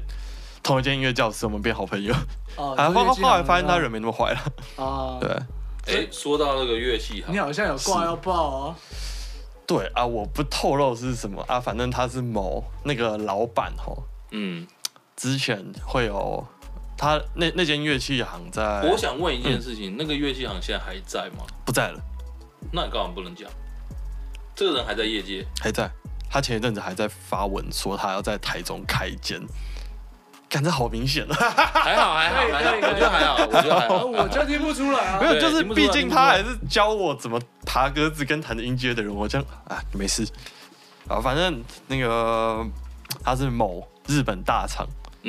同一间音乐教室，我们变好朋友。哦啊，你说后后乐器后来行发现的他人没那么哦坏了。啊，对哎，说到那个乐器行你，好像有挂要爆哦，对啊，我不透露是什么啊，反正他是某那个老板吼，嗯，之前会有他那那间乐器行在，我想问一件事情，那个乐器行现在还在吗？不在了，那你干嘛不能讲？这个人还在业界，还在。他前一阵子还在发文说他要在台中开一间，感这好明显啊！还好还可以好还好，可以我觉得还好，我觉得还啊 好。我就听不出来没 啊。有，就是听不出来毕竟他还是教我怎么爬格子跟弹音阶的人，我这样啊没事啊，反正那个他是某日本大厂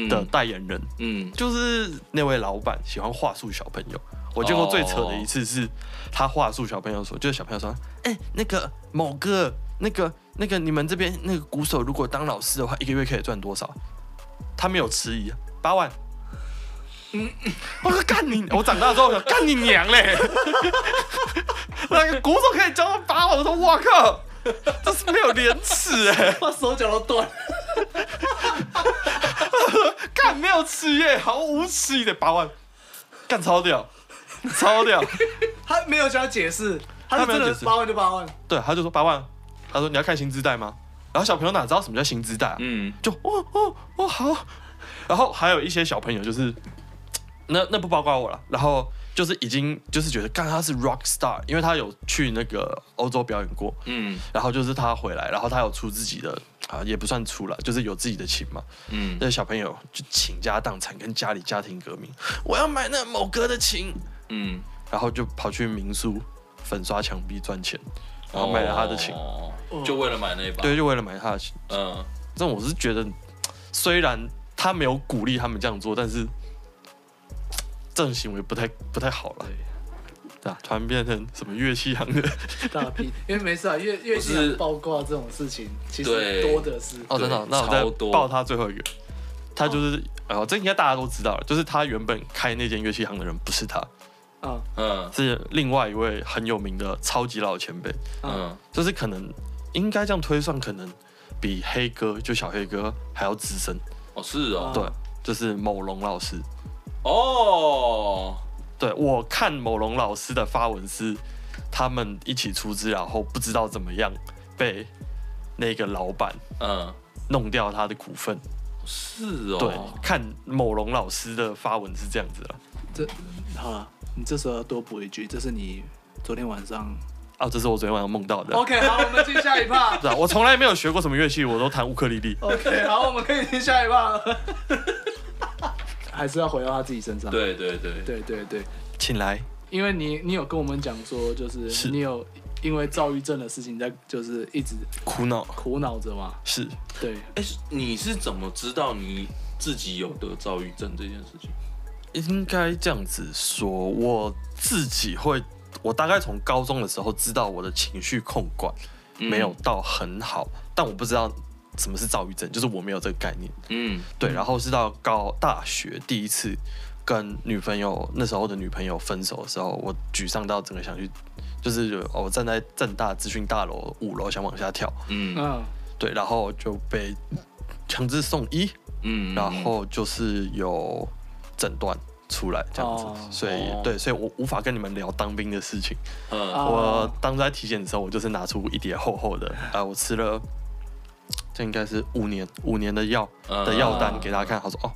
的嗯代言人，嗯，就是那位老板喜欢话术小朋友。我见过最扯的一次是，他话术小朋友说，就是小朋友说，哎、那个某个那个那个你们这边那个鼓手如果当老师的话，一个月可以赚多少？他没有迟疑，啊八万。嗯，我说干你！我长大之后我说干你娘嘞！ 那个鼓手可以教到八万，我说我靠，这是没有廉耻哎、把手脚都断了，干没有耻耶，毫无耻一点八万，干超屌，超屌。他没有想要解释，他他是没有真的解释八万就八万，对，他就说八万，他说你要看薪资袋吗？然后小朋友哪知道什么叫薪资袋、啊，嗯，就哦哦哦好。然后还有一些小朋友就是，那那不包括我了。然后就是已经就是觉得干他是 rock star，因为他有去那个欧洲表演过，嗯然后就是他回来，然后他有出自己的啊，也不算出了，就是有自己的琴嘛。嗯，那小朋友就倾家荡产，跟家里家庭革命，我要买那某哥的琴，嗯，然后就跑去民宿粉刷墙壁赚钱，然后买了他的琴，哦，就为了买那一把。对，，就为了买他的琴。嗯，但我是觉得，虽然他没有鼓励他们这样做，但是这种行为不太不太好了。对啊，突然变成什么乐器行的大批，因为没事啊，乐乐器我是行爆挂这种事情其实对多的是。哦，真的哦，那我超再多报他最后一个，他就是哦、这应该大家都知道了，就是他原本开那间乐器行的人不是他，啊，嗯是另外一位很有名的超级老的前辈，啊嗯就是可能应该这样推算，可能比黑哥就小黑哥还要资深。哦，是哦，对，就是某龙老师。哦，对我看某龙老师的发文是，他们一起出资，然后不知道怎么样被那个老板嗯，弄掉他的股份。是对哦，，看某龙老师的发文是这样子啊了。这好了，你这时候要多补一句，这是你昨天晚上。啊，这是我昨天晚上 梦到的。 OK，好，我们进下一趴。是啊，我从来没有学过什么乐器，我都弹乌克丽丽。 OK，好，我们可以进下一趴 了。还是要回到他自己身上。对对对，对对对，请来，因为你你有跟我们讲说，就是是你有因为躁郁症的事情在，就是一直苦恼苦恼着嘛。是对，哎，你是怎么知道你自己有得躁郁症这件事情？应该这样子说，我自己会，我大概从高中的时候知道我的情绪控管嗯没有，到很好，但我不知道什么是躁郁症，就是我没有这个概念。嗯对，然后是到高大学第一次跟女朋友那时候的女朋友分手的时候，我沮丧到整个想去，就是哦我站在正大资讯大楼五楼想往下跳，嗯嗯，对，然后就被强制送医，嗯，然后就是有诊断出来这样子，哦所以哦对，所以我无法跟你们聊当兵的事情。嗯啊我当时在体检的时候，我就是拿出一叠厚厚的，啊、我吃了，这应该是五年五年的药嗯的药单给大家看，他说哦，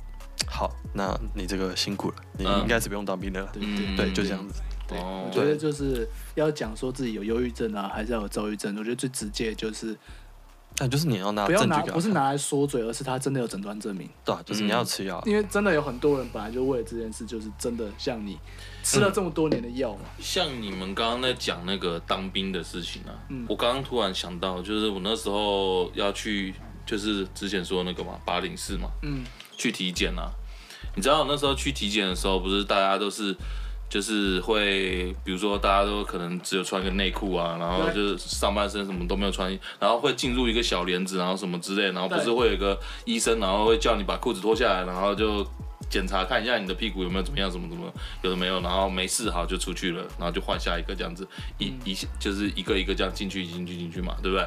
好，那你这个辛苦了，你嗯应该是不用当兵的了，嗯对，就这样子，对，哦我觉得就是要讲说自己有忧郁症啊，还是要有躁郁症。我觉得最直接就是那就是你啊要拿不证要据拿，给他不是看拿来说嘴，而是他真的有诊断证明。哦对啊，就是你要吃药啊，因为真的有很多人本来就为了这件事，就是真的像你嗯吃了这么多年的药嘛，像你们刚刚在讲那个当兵的事情啊，嗯我刚刚突然想到，就是我那时候要去，就是之前说那个嘛，八零四嘛，嗯，去体检啊。你知道我那时候去体检的时候，不是大家都是就是会，比如说大家都可能只有穿个内裤啊，然后对就是上半身什么都没有穿，然后会进入一个小帘子，然后什么之类，然后不对是会有一个医生，然后会叫你把裤子脱下来，然后就检查看一下你的屁股有没有怎么样，什么怎么有的没有，然后没事好就出去了，然后就换下一个这样子，一一就是一个一个这样进去进去进去嘛，对不对？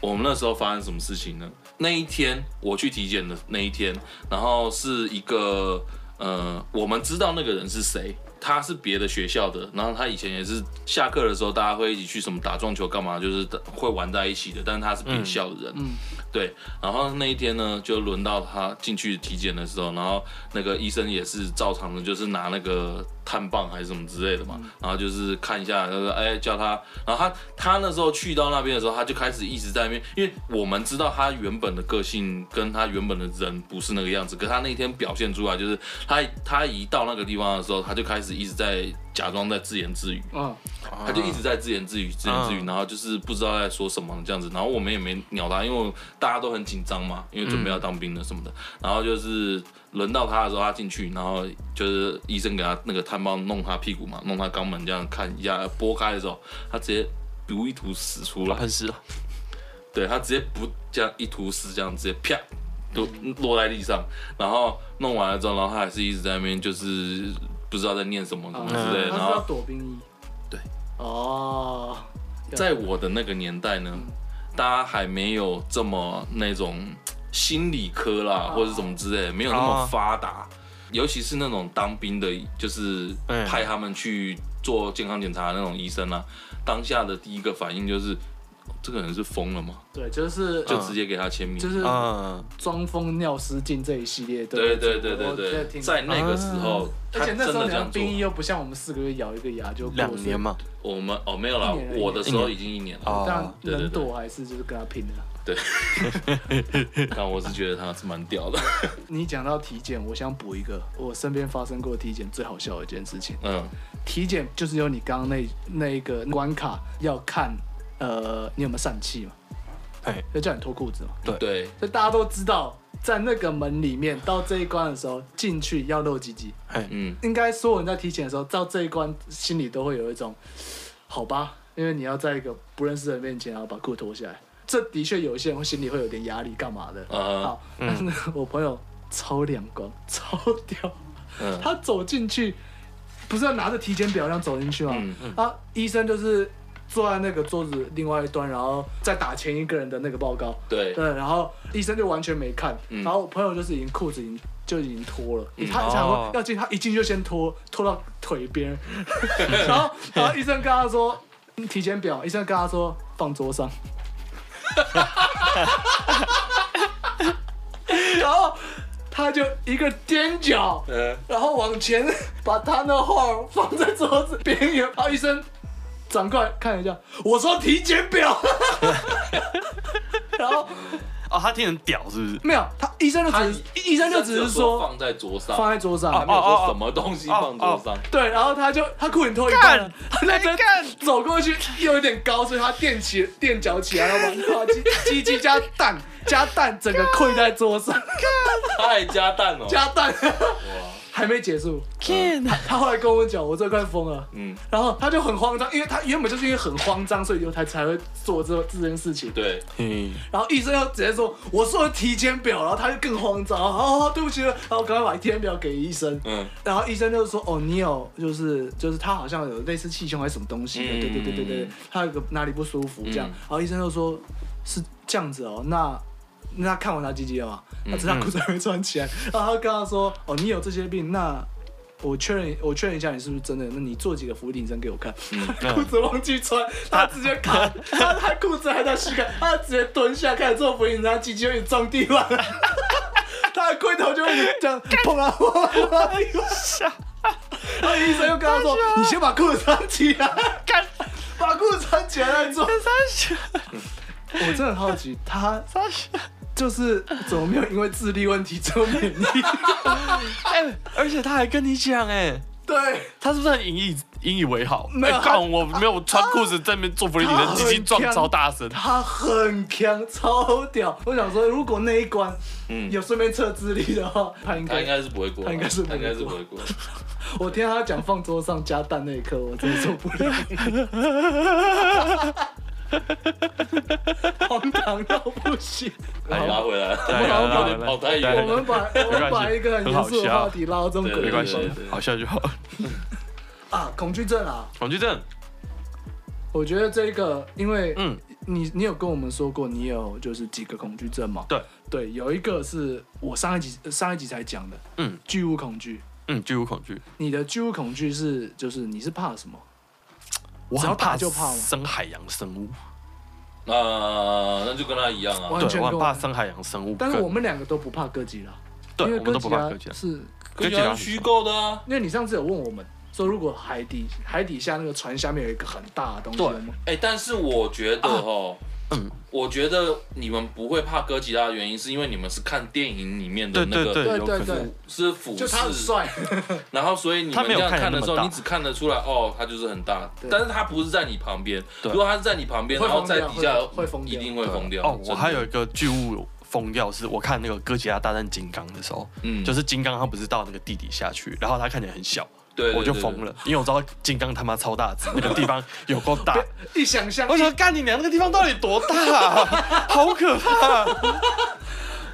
我们那时候发生什么事情呢？那一天我去体检的那一天，然后是一个呃，我们知道那个人是谁，他是别的学校的，然后他以前也是下课的时候大家会一起去什么打撞球干嘛，就是会玩在一起的，但是他是别校的人，嗯对。然后那一天呢，就轮到他进去体检的时候，然后那个医生也是照常的，就是拿那个探棒还是什么之类的嘛，然后就是看一下，就是哎叫他，然后他他那时候去到那边的时候，他就开始一直在那边，因为我们知道他原本的个性跟他原本的人不是那个样子，可他那天表现出来就是他他一到那个地方的时候，他就开始一直在假装在自言自语，嗯，他就一直在自言自语、自言自语，嗯然后就是不知道在说什么这样子，然后我们也没鸟他，因为大家都很紧张嘛，因为准备要当兵了什么的。然后就是轮到他的时候，他进去，然后就是医生给他那个探棒弄他屁股嘛，弄他肛门这样看一下，拨开的时候，他直接如一坨屎出来，喷湿了，对他直接不这样一坨屎这样直接啪。都落在地上，然后弄完了之后，然后他还是一直在那边，就是不知道在念什么什么嗯之类的，啊他然是要后躲兵役。对。哦，在我的那个年代呢，嗯大家还没有这么那种心理科哦啦，或者什么之类的，没有那么发达。尤其是那种当兵的，就是哎嗯派他们去做健康检查的那种医生啊，当下的第一个反应就是，这个人是疯了吗？对，就是就直接给他签名。嗯就是嗯，装疯尿失禁这一系列的。对对对对我在对，听啊在那个时候，他而真且那时候的你这要样做兵。役又不像我们四个月咬一个牙就过两年。嘛，我们哦没有啦一年而，已我的时一候年已经一年了。所以但哦，对对能对躲还是就是跟他拼了。 但我是觉得他是蛮屌的。你讲到体检，我想补一个我身边发生过体检最好笑的一件事情。嗯，体检就是有你刚刚那那一个关卡要看，呃，你有没有疝气嘛？哎，就叫你脱裤子嘛。对，所以大家都知道，在那个门里面到这一关的时候进去要露鸡鸡。嗯，应该所有人在体检的时候，到这一关心里都会有一种，好吧，因为你要在一个不认识的人面前，然后把裤脱下来，这的确有一些人会心里会有点压力，干嘛的？嗯好，但是呢我朋友超两光，超屌，嗯他走进去，不是要拿着体检表这样走进去吗？嗯啊，医生就是坐在那个桌子另外一端，然后再打前一个人的那个报告。对，对，然后医生就完全没看，嗯然后我朋友就是已经裤子已经就已经脱了，嗯他想哦说要进，他一进就先脱，脱到腿 边，然后然后医生跟他说嗯体检表，医生跟他说放 桌上，然后他就一个踮脚，嗯。然后往前 把他那画放在桌子边缘，然后医生转过来看一下，我说体检表， 然后。哦，他听人屌是不是？没有，他医生就他只是医生就只是说放在桌上，放在啊桌他上没，有说什么东西哦放桌上。对，然后他就他裤子脱一半了干，他那边干走过去又有点高，所以他垫起 垫脚起来，然后把把鸡 鸡鸡加蛋加蛋整个跪在桌上 他还加蛋哦，加蛋， 哇，还没结束，干他他后来跟我讲，我这快疯了。嗯，然后他就很慌张，因为他原本就是因为很慌张，所以他才会做这这件事情。对，嗯，然后医生又直接说我说的体检表，然后他就更慌张，哦，对不起，然后赶快把体检表给医生。嗯，然后医生就说：“哦，你有就是就是他好像有类似气胸还是什么东西的，嗯对对对对对，他有个哪里不舒服这样。嗯然后医生就说：“是这样子哦，那那看完他鸡鸡了嘛？那只是他裤子还没穿起来。然后他跟他说：“哦，你有这些病，那我确认我确认一下你是不是真的，那你做几个俯卧撑给我看。他裤子忘记穿，他直接卡，他他裤子还在膝盖，他直接蹲下开始做俯卧撑，他鸡鸡有点撞地 板。他的龟头就一直这样碰啊碰啊碰啊地板。那医生又跟他说：“你先把裤子穿起来，干把裤子穿起来再做。三小” 我真的很好奇，他三小，就是怎么没有因为智力问题做免疫？哎，而且他还跟你讲哎， 对，他是不是很引以引以为豪？没有哎他啊干我没有穿裤子在那边做福利，你他的鸡鸡很撞强超大声，他很强，超屌。我想说，如果那一关嗯，有顺便测智力的话，他应他应该……该是不会过，他应该是不他会应该是过不会过。我听他讲放桌上加蛋那一刻，我真的受不了，荒唐到不行。好，哎拉回来，来来来有点来跑太来远我了。们把我们把一个很严肃的话题拉到这么对诡没关异系对对，对好笑就好。啊，恐惧症啊，恐惧症，我觉得这个，因为嗯，你你有跟我们说过，你有就是几个恐惧症嘛？对对，有一个是我上一集上一集才讲的，嗯，巨物恐惧。嗯，巨物恐惧，你的巨物恐惧是就是你是怕什么？我只要很打怕就怕吗生海洋生物，那那就跟他一样啊完。全对，我跟我很怕生海洋生物跟，但是我们两个都不怕哥吉拉，因对，为我们哥都吉不怕拉科技，是，跟你跟其他讲虚构的啊。因为你上次有问我们说，如果海底海底下那个船下面有一个很大的东西，对我们哎、但是我觉得哦，嗯我觉得你们不会怕哥吉拉的原因，是因为你们是看电影里面的对那个，对对，对有对可能对，是俯就他很视，帅， 然后所以你他们没这有样看看的得那么时候，大你只看得出来哦，他就是很大对，但是他不是在你旁边。对如果他是在你旁边，会然后疯在掉底下会会疯一掉定会对疯掉。哦，真我的还有一个巨物疯掉，是我看那个哥吉拉大战金刚的时候，嗯就是金刚它不是到那个地底下去，然后它看起来很小，对，对我就疯。了，因为我知道金刚他妈超大只，那个地 方有够大。一想象，我想干你娘，那个地方到底多大、 啊？好可怕、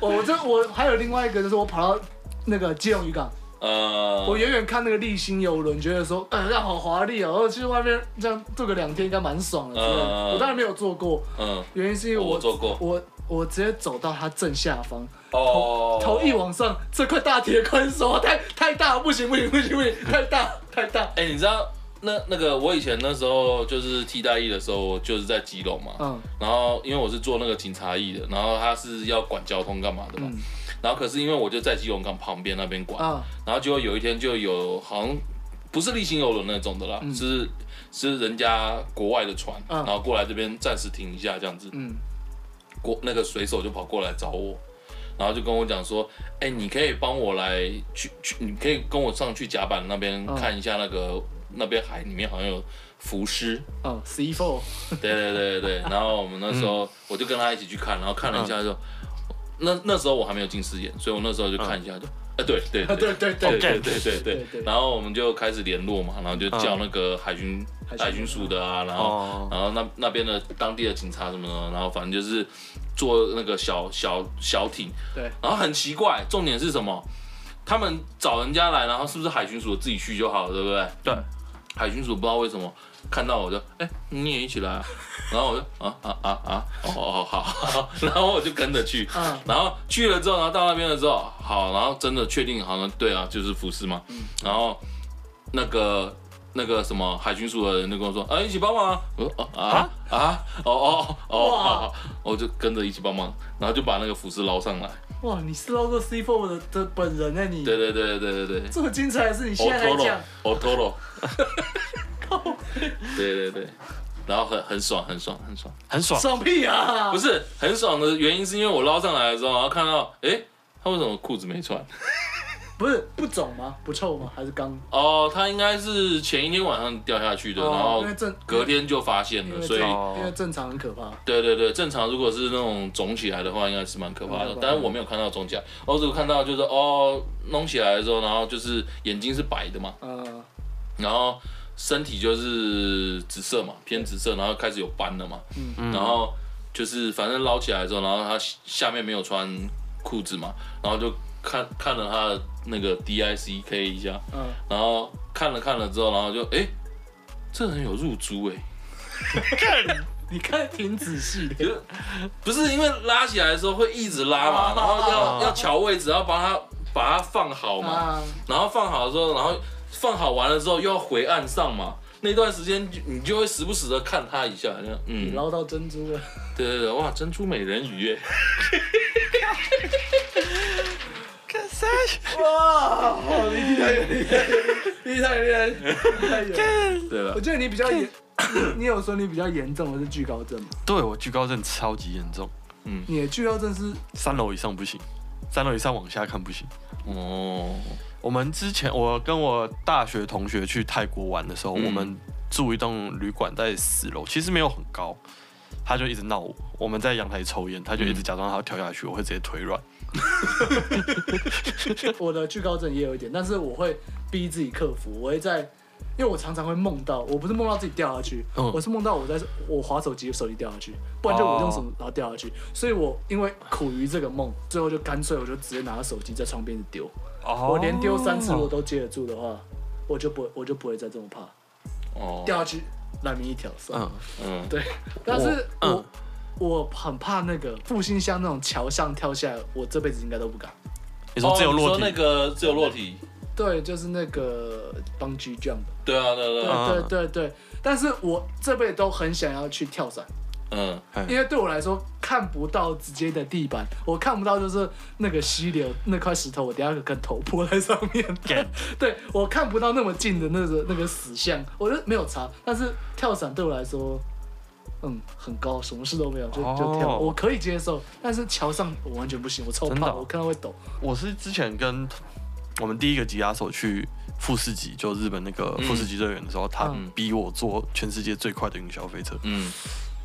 哦我这我还有另外一个，就是我跑到那个基隆渔港，对对呃，我远远看那个立新游轮，觉得说，哎、呀，好华丽哦，然后去外面这样坐个两天应该蛮爽的之类的。嗯我当然没有坐过，嗯，原因是因为哦我我坐过我我直接走到它正下方，哦，头一。往上，这块大铁块手太太大了，不行不行不行不行，太大太大。哎、你知道那那个我以前那时候就是替代役的时候，我就是在基隆嘛，嗯然后因为我是做那个警察役的，然后他是要管交通干嘛的嘛，嗯然后可是因为我就在基隆港旁边那边管，啊然后结果有一天就有好像不是例行游轮那种的啦，嗯是是人家国外的船，嗯然后过来这边暂时停一下这样子，嗯，国那个水手就跑过来找我，然后就跟我讲说，哎、你可以帮我来去去，你可以跟我上去甲板那边嗯看一下那个、那边海里面好像有浮 尸，哦 C four，对对对对对。然后我们那时候、嗯我就跟他一起去看，然后看了一下就，那那时候我还没有近视眼，所以我那时候就看一下就，哎、对对啊 对。对对对对，对对对对对对对，然后我们就开始联络嘛，然后就叫那个海军海巡海军署的啊，然后哦，然后那那边的当地的警察什么的，然后反正就是坐那个小小小艇，对，然后很奇怪，重点是什么？他们找人家来，然后是不是海巡署自己去就好了，对不对？对，海巡署不知道为什么看到我就，哎、你也一起来、啊，然后我就啊啊啊啊，哦哦好好好， 然后我就跟着去，嗯然后去了之后，然后到那边了之后，好，然后真的确定好像对啊，就是浮尸嘛，嗯然后那个。那个什么海巡署的人就跟我说，啊，一起帮忙啊！我说啊啊啊，哦哦哦，哇好好，我就跟着一起帮忙，然后就把那个浮尸捞上来。哇，你是捞过 C four 的的本人呢、欸你？对哦对对对对对，这么精彩的事，你现我在来脱讲了，，我脱 了。对对对，然后很很爽，很爽，很爽。很爽。爽屁啊！不是很爽的原因是因为我捞上来的时候，然后看到，诶，他为什么裤子没穿？不是不肿吗？不臭吗？还是刚？哦，他应该是前一天晚上掉下去的，哦然后因为正啊隔天就发现因了，为所以正哦因为正常很可怕。对对对，正常如果是那种肿起来的话，应该是蛮可怕蛮可怕的的。但是我没有看到肿起来，我只有看到就是哦，弄起来的时候，然后就是眼睛是白的嘛，呃，然后身体就是紫色嘛，偏紫色，然后开始有斑了嘛，嗯然后就是反正捞起来的时候，然后他下面没有穿裤子嘛，然后就看看了他的那个 DICK 一下，嗯，然后看了看了之后，然后就哎、诶这人有入珠哎、你看挺仔细的，就是不是因为拉起来的时候会一直拉嘛，啊然后要要调位置，然后把它把它放好嘛，啊，然后放好之后，然后放好完了之后又要回岸上嘛。那段时间就你就会时不时的看它一下，这样你嗯，捞到珍 珠了。对对对，哇，珍珠美人鱼耶，干啥？哇，你太厉害，你太厉害，你太厉害！ 对吧哎我？觉得你比较严， 你有说你比较严重的是惧高症吗？对我惧高症超级严重，你的惧高症是三楼以上不行，三楼以上往下看不行。哦，我们之前我跟我大学同学去泰国玩的时候，嗯我们住一栋旅馆在四楼，其实没有很高，他就一直闹我，我们在阳台抽烟，他就一直嗯假装他要跳下去，我会直接腿软。我的惧高症也有一点，但是我会逼自己克服，我会在，因为我常常会梦到，我不是梦到自己掉下去，嗯我是梦到我在我滑手机，手机掉下去，不然就我用哦手然后掉下去，所以我因为苦于这个梦，最后就干脆我就直接拿手机在床边丢，哦我连丢三次我都接得住的话，我就不会我就不会再这么怕哦，掉下去，烂命一条算了。嗯，嗯，对，但是我、嗯我很怕那个复兴乡那种桥上跳下来，我这辈子应该都不敢。你说自由哦落你体，说那个自由落体，对，就是那个 bungee jump，对啊，对啊对啊，呃对嗯对对对。但是我这辈子都很想要去跳伞，嗯，哎因为对我来说看不到直接的地板，我看不到就是那个溪流那块石头，我等一下跟头泼在上面。干 对我看不到那么近的那个那个死相，我就没有查。但是跳伞对我来说，嗯，很高，什么事都没有，就就跳，哦我可以接受。但是桥上我完全不行，我超真的怕，哦我看到会抖。我是之前跟我们第一个吉他手去富士急，就日本那个富士急乐园的时候，他嗯逼我坐全世界最快的云霄飞车，嗯，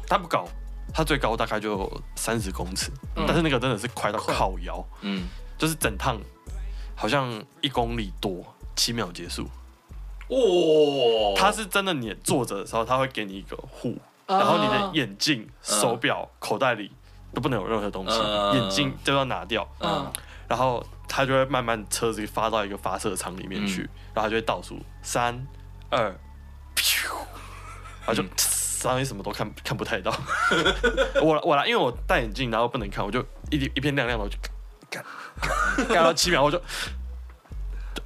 他不高，他最高大概就三十公尺，嗯但是那个真的是快到快靠腰，嗯，就是整趟好像一公里多。七秒结束，哦，他是真的，你坐着的时候，他会给你一个护，啊然后你的眼镜、手表、口袋里都不能有任何东西，嗯眼镜都要拿掉，嗯，然后它就会慢慢车子发到一个发射场里面嗯去，然后它就会倒数三二， 噗然后就上面什么都看看不太到。 我啦我啦，因为我戴眼镜，然后不能看，我就一一片亮亮的，我就干干干到七秒，我就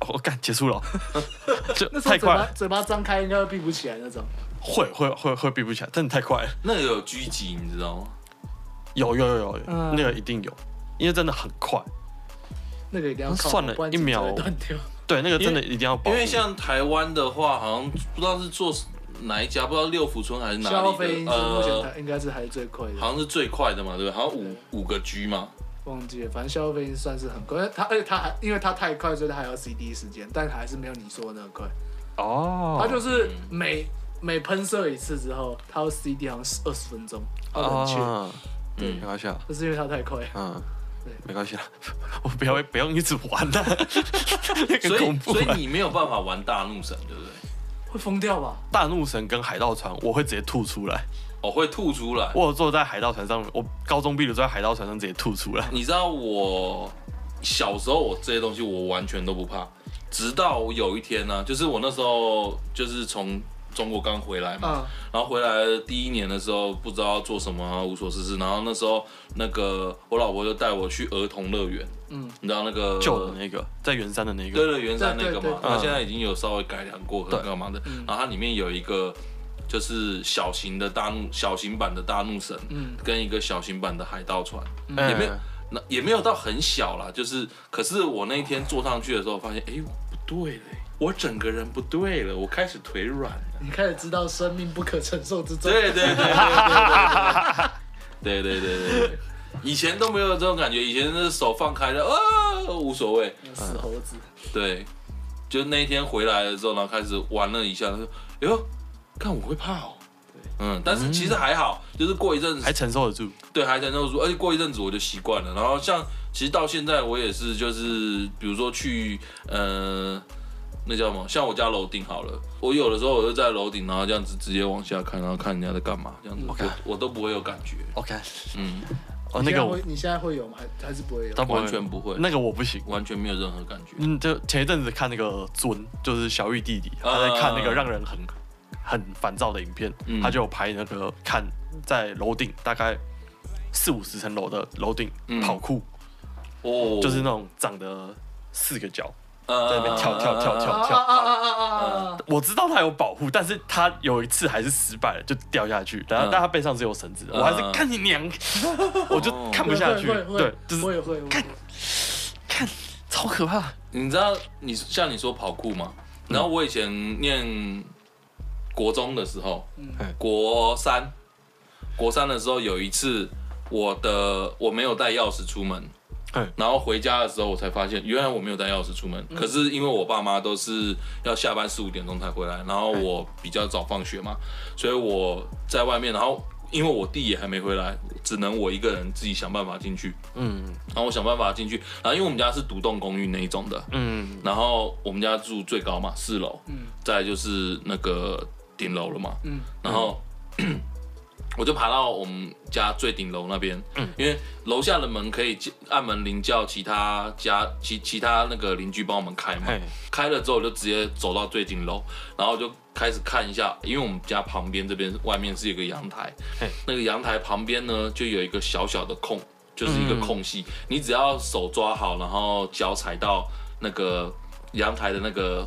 我干 结束了，就那时候太嘴快巴了，嘴巴张开应该会闭不起来那种。会会会会闭不起来，真的太快了。那个有狙击，你知道吗？有有有有，嗯那个一定有，因为真的很快。那个一定要那靠算了不然一秒颈椎断掉。对，那个真的一定要保护。因为像台湾的话，好像不知道是做哪一家，不知道六福村还是哪消费里因的，素目前呃，台应该是还是最贵的，好像是最快的嘛，对不对？好像五五个 G 嘛，忘记了，反正消费因素算是很贵。它而且它还因为它太快，所以它还要 CD 时间，但还是没有你说的那个快。哦，它就是每每喷射一次之后，它要 CD 好像是二十分钟，它冷却，啊，对没关系啊，就是因为它太快。嗯对，没关系啦， 我不要不用一直玩 了，那所 个恐以怖所以啊。你没有办法玩大怒神，对不对？会疯掉吧？大怒神跟海盗船，我会直接吐出来。我哦会吐出来。我有坐在海盗船上面，我高中毕业的时候在海盗船上直接吐出来。你知道我小时候我这些东西我完全都不怕，直到我有一天呢、就是我那时候就是从中国刚回来嘛，嗯，然后回来的第一年的时候不知道要做什么啊，无所事事，然后那时候那个我老婆就带我去儿童乐园，嗯，你知道那个旧的那个，在圆山的那对个，对，圆山那个嘛对对，对嗯它现在已经有稍微改良过和对干嘛的。然后它里面有一个就是小型的大怒，小型版的大怒神，嗯跟一个小型版的海盗船，嗯也没有那也没有到很小啦，就是可是我那天坐上去的时候发现，哎，不对了，我整个人不对了，我开始腿软了。你开始知道生命不可承受之重。对对对对对对对对对对对，以前都没有这种感觉，以前是手放开了啊，无所谓。死猴子，对，就那一天回来了之后，然后开始玩了一下，就说：“哎呦，看我会怕哦。”嗯，但是其实还好，就是过一阵子还，承受得住。对，还承受住，而且过一阵子我就习惯了。然后像其实到现在我也是，就是比如说去呃，那叫什么？像我家楼顶好了，我有的时候我就在楼顶，然后这样子直接往下看，然后看人家在干嘛，这样子 OK 我我都不会有感觉， OK，嗯，哦，你现那在个会我你现在会有吗？还还是不会有？但完全不会，那个我不行。完全没有任何感觉。嗯，就前一阵子看那个尊，就是小玉弟弟，他在看那个让人很很烦躁的影片，嗯他就有拍那个看在楼顶大概四五十层楼的楼顶嗯跑酷，哦，嗯就是那种长得四个角。在那边跳跳跳跳啊啊啊啊啊啊啊啊！我知道他有保护，但是他有一次还是失败了，就掉下去，然后嗯但他背上是有绳子的，嗯我还是看你娘， 我就看不下去，会会对，就会会是会会看看超可怕，你知道你像你说跑酷嘛？然后我以前念国中的时候，嗯国三，国三的时候有一次，我的我没有带钥匙出门，嗯然后回家的时候我才发现，原来我没有带钥匙出门。可是因为我爸妈都是要下班四五点钟才回来，然后我比较早放学嘛，所以我在外面，然后因为我弟也还没回来，只能我一个人自己想办法进去。嗯然后我想办法进去，然后因为我们家是独栋公寓那一种的，嗯然后我们家住最高嘛，四楼，嗯再来就是那个顶楼了嘛，嗯然后、 我就爬到我们家最顶楼那边，因为楼下的门可以按门铃叫其他家其其他那个邻居帮我们开嘛嘿，开了之后我就直接走到最顶楼，然后我就开始看一下，因为我们家旁边这边外面是有个阳台嘿，那个阳台旁边呢就有一个小小的空，就是一个空隙，你只要手抓好，然后脚踩到那个阳台的那个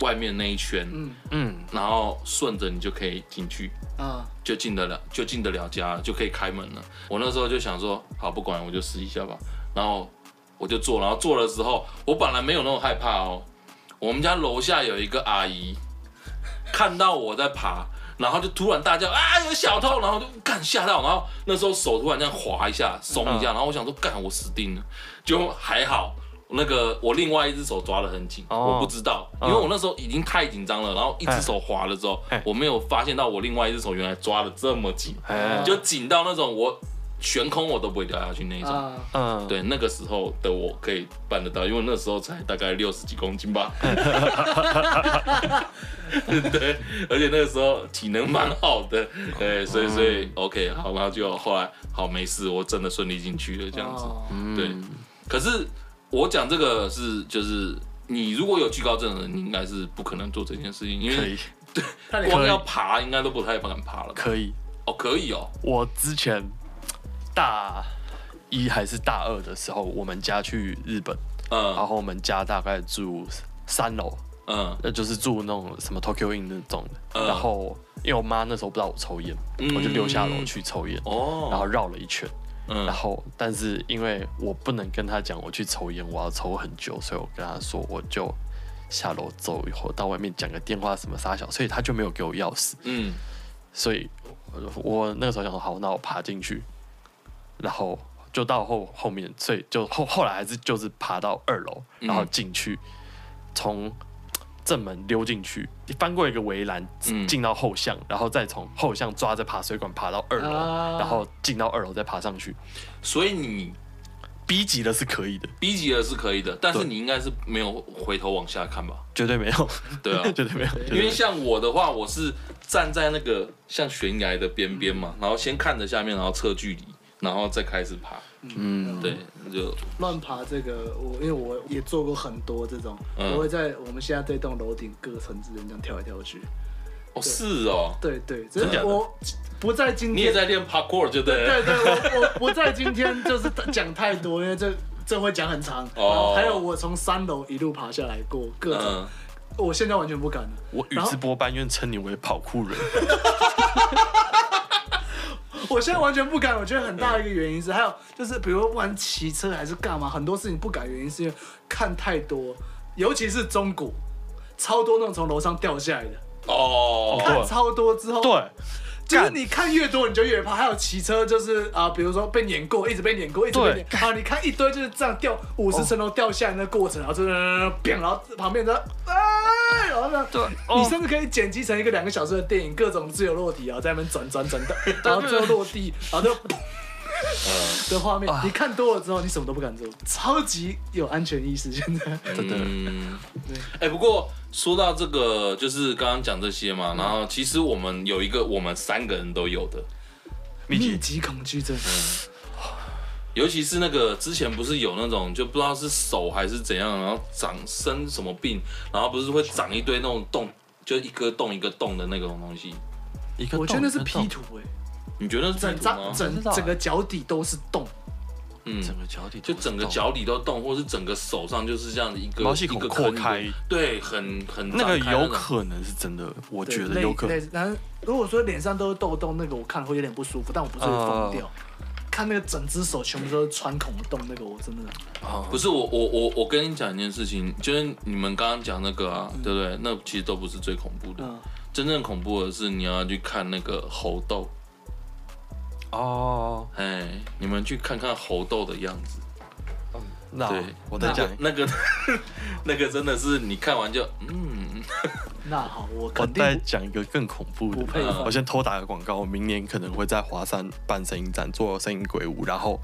外面那一圈，嗯嗯然后顺着你就可以进去。啊，就进得了，就进得了家了，就可以开门了。我那时候就想说，好，不管我就试一下吧。然后我就做，然后做的时候，我本来没有那么害怕哦。我们家楼下有一个阿姨，看到我在爬，然后就突然大叫啊，有小偷！然后就干吓到，然后那时候手突然这样滑一下，松一嗯下，然后我想说，干我死定了，就还好。那个我另外一只手抓得很紧，哦我不知道，因嗯为我那时候已经太紧张了，然后一只哎手滑了之后哎，我没有发现到我另外一只手原来抓的这么紧，哎就紧到那种我悬空我都不会掉下去那一种。啊，嗯，对，那个时候的我可以办得到，因为那时候才大概六十几公斤吧。 对，而且那个时候体能蛮好的，对，所以所以哦 OK 好，然后就后来好没事，我真的顺利进去了这样子。哦嗯对，可是我讲这个是就是。你如果有惧高症的人，你应该是不可能做这件事情，因可为以差点光可以要爬应该都不太敢爬了吧。可以。哦，可以哦，我之前大一还是大二的时候，我们家去日本，然嗯后我们家大概住三楼，嗯那就是住那种什么 Tokyo Inn 那种的。嗯然后因为我妈那时候不知道我抽烟，嗯我就溜下楼去抽烟，哦，然后绕了一圈。嗯然后，但是因为我不能跟她讲我去抽烟，我要抽很久，所以我跟她说我就下楼走一会儿，到外面讲个电话什么傻小，所以她就没有给我钥匙。嗯所以我我那个时候想说，好，那我爬进去，然后就到后后面，所以就后后来还是就是爬到二楼，嗯然后进去，从正门溜进去，翻过一个围栏嗯，进到后巷，然后再从后巷抓着爬水管爬到二楼，啊然后进到二楼再爬上去。所以你 B 级的是可以的， B 级的是可以的，但是对你应该是没有回头往下看吧？绝对没有，，对啊 绝对没有，绝对因没有为像我的话，我是站在那个像悬崖的边边嘛，然后先看着下面，然后测距离，然后再开始爬。嗯，对，就哦乱爬这个，我因为我也做过很多这种，嗯我会在我们现在这栋楼顶各层之间这样跳来跳去。哦是哦，对对，只真假是的我不在今你也天，在练 parkour 就对了。对对，我 我不在今天就是讲太多，因为这这会讲很长。哦然后还有我从三楼一路爬下来过各种，嗯，我现在完全不敢了。我宇然后智波斑愿称你为跑酷人，我现在完全不敢，我觉得很大一个原因是，还有就是比如玩骑车还是干嘛，很多事情不敢，原因是因为看太多，尤其是中古，超多那种从楼上掉下来的，哦，看超多之后，，对，就是干你看越多你就越怕。还有骑车就是啊、比如说被碾过，一直被碾过，一直被对碾，好，你看一堆就是这样掉五十层楼掉下来的过程，然后就是呃砰，然后旁边的哎，然后呢，对，哦哦你甚至可以剪辑成一个两个小时的电影，各种自由落体，然后在那边转转转的，然后最后落地，然后就砰。 的画啊面，你看多了之后，你什么都不敢做，超级有安全意识。现在，真的，嗯对，哎、不过说到这个，就是刚刚讲这些嘛，然后其实我们有一个我们三个人都有的，密集密集恐惧症，尤其是那个之前不是有那种就不知道是手还是怎样，然后长生什么病，然后不是会长一堆那种洞，就一颗洞一个洞的那种东西。一个我觉得那是洞一个 P 洞图哎、你觉得是整屁股吗张？整知道啊整个脚底都是洞。嗯，整个脚底就整个脚底都洞，或是整个手上就是这样的一个毛细一孔个扩坑开一个对，很很那个张开那有种可能是真的，我对觉得类有可能类。似然后如果说脸上都是痘痘，那个我看了会有点不舒服，但我不是会疯掉。看那个整只手全部都是穿孔的洞，那个我真的不是我我我我跟你讲一件事情，就是你们刚刚讲那个啊，对不对？那其实都不是最恐怖的，嗯真正恐怖的是你要去看那个猴痘，哦，哎，你们去看看猴痘的样子。嗯那对我再讲一，那个 那个真的是你看完就嗯，那好，我我肯定再讲一个更恐怖不配的。饭我先偷打个广告，我明年可能会在华山办声音展，做声音鬼屋，然后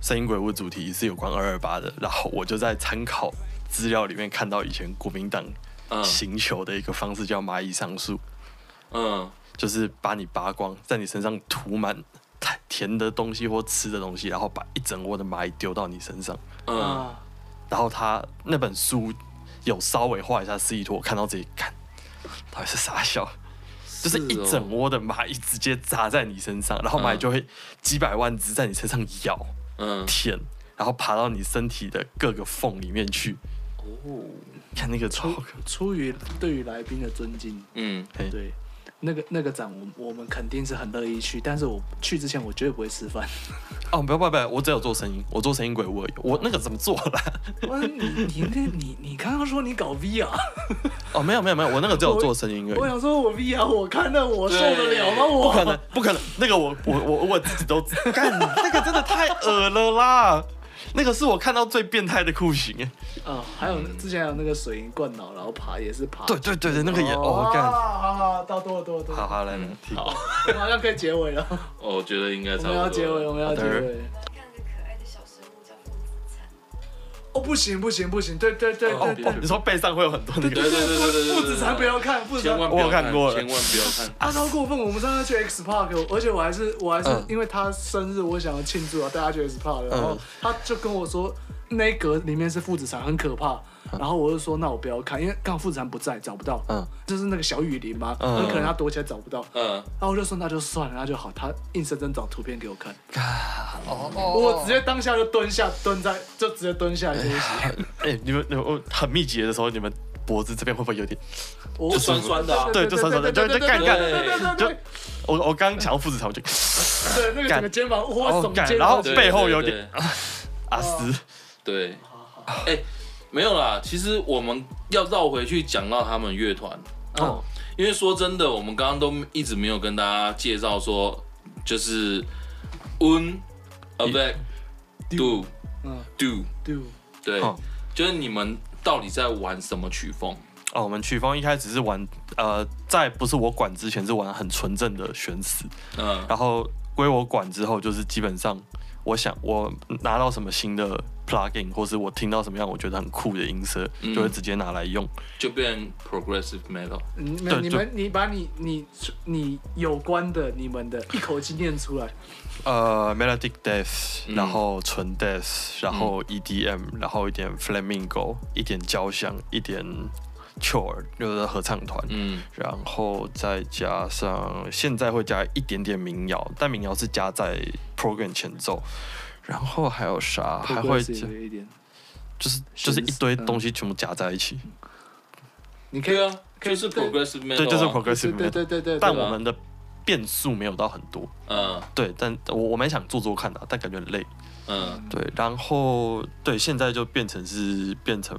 声音鬼屋主题是有关二二八的，然后我就在参考资料里面看到以前国民党嗯行球的一个方式叫蚂蚁上树， 嗯就是把你拔光，在你身上涂满甜的东西或吃的东西，然后把一整窝的蚂蚁丢到你身上。嗯，啊，然后他那本书有稍微画一下示意图，我看到自己看，到底是傻笑，就是一整窝的蚂蚁直接砸在你身上，然后蚂蚁就会几百万只在你身上咬嗯舔，然后爬到你身体的各个缝里面去。哦看那个超出可，出于对于来宾的尊敬，嗯嘿对。那个那个展，我我们肯定是很乐意去，但是我去之前我绝对不会吃 饭。哦，不要不要不要，我只有做声音，我做声音鬼屋而已，我那个怎么做啦？我说你你那你你刚刚说你搞 VR，哦，没有没有没有，我那个只有做声音而我已。想说我 VR 我看到我受得了吗？对不可我 能，不可能！那个我我我我自己都干，那个真的太恶了啦！那个是我看到最变态的酷刑哎。啊，还有之前还有那个水银灌脑，然后爬也是爬。对对对对，那个也哦哦，干，好好，到多了多了多了，好好来来嗯，听好，我们好像可以结尾了，哦我觉得应该我差不们多要了结尾，我们要结好的尾。看个可爱的小生物叫父子餐。哦，不行不行不行，对对对哦对哦对哦，你说背上会有很多那对个对对对对对对，父子才不要看，父子千万才。不要我看过了千万不要看。他超过分！我们上次去 X Park，而且我还是我还是嗯因为他生日，我想要庆祝啊，带他去 X Park，然后嗯他就跟我说那一格里面是父子禅，很可怕。然后我就说那我不要看，因为刚好父子禅不在，找不到。嗯就是那个小雨林嘛，嗯很可能他躲起来找不到。嗯，然后我就说那就算了，那就好。他硬生生找图片给我看，哦哦，我直接当下就蹲下，蹲在就直接蹲下来休息。哎，你们你们我很密集的时候，你们脖子这边会不会有点？我就酸酸的啊对，就酸酸的，就就干干。对对对就对我我刚刚想到父子草，我就对，那个整个肩膀我哦耸干肩，然后对背后对有对点阿斯对，哎、没有啦，其实我们要绕回去讲到他们乐团，哦，因为说真的，我们刚刚都一直没有跟大家介绍说，就是温呃不对，do 嗯 do 对，对，哦就是你们到底在玩什么曲风？哦，我们曲风一开始是玩呃，在不是我管之前是玩很纯正的悬死，嗯然后归我管之后，就是基本上我想我拿到什么新的 plugin，或是我听到什么样我觉得很酷的音色，嗯就会直接拿来用。就变 progressive metal。你对们你就们你把你你你有关的你们的一口气念出来，呃，melodic death，、嗯然后纯 death，然后 EDM，、然后一点 flamingo，一点交响，一点 chore，就是合唱团。嗯然后再加上现在会加一点点民谣，但民谣是加在 program 前奏，然后还有啥？还会加有一点，就是就是一嗯堆东西全部夹在一起，你可以对啊，可以就是对 progressive metal，、啊、对，就是对 progressive 对 metal。对对对，但对啊我们的变数没有到很多，嗯对，但我我蛮想做做看的啊，但感觉很累。嗯对，然后对，现在就变成是变成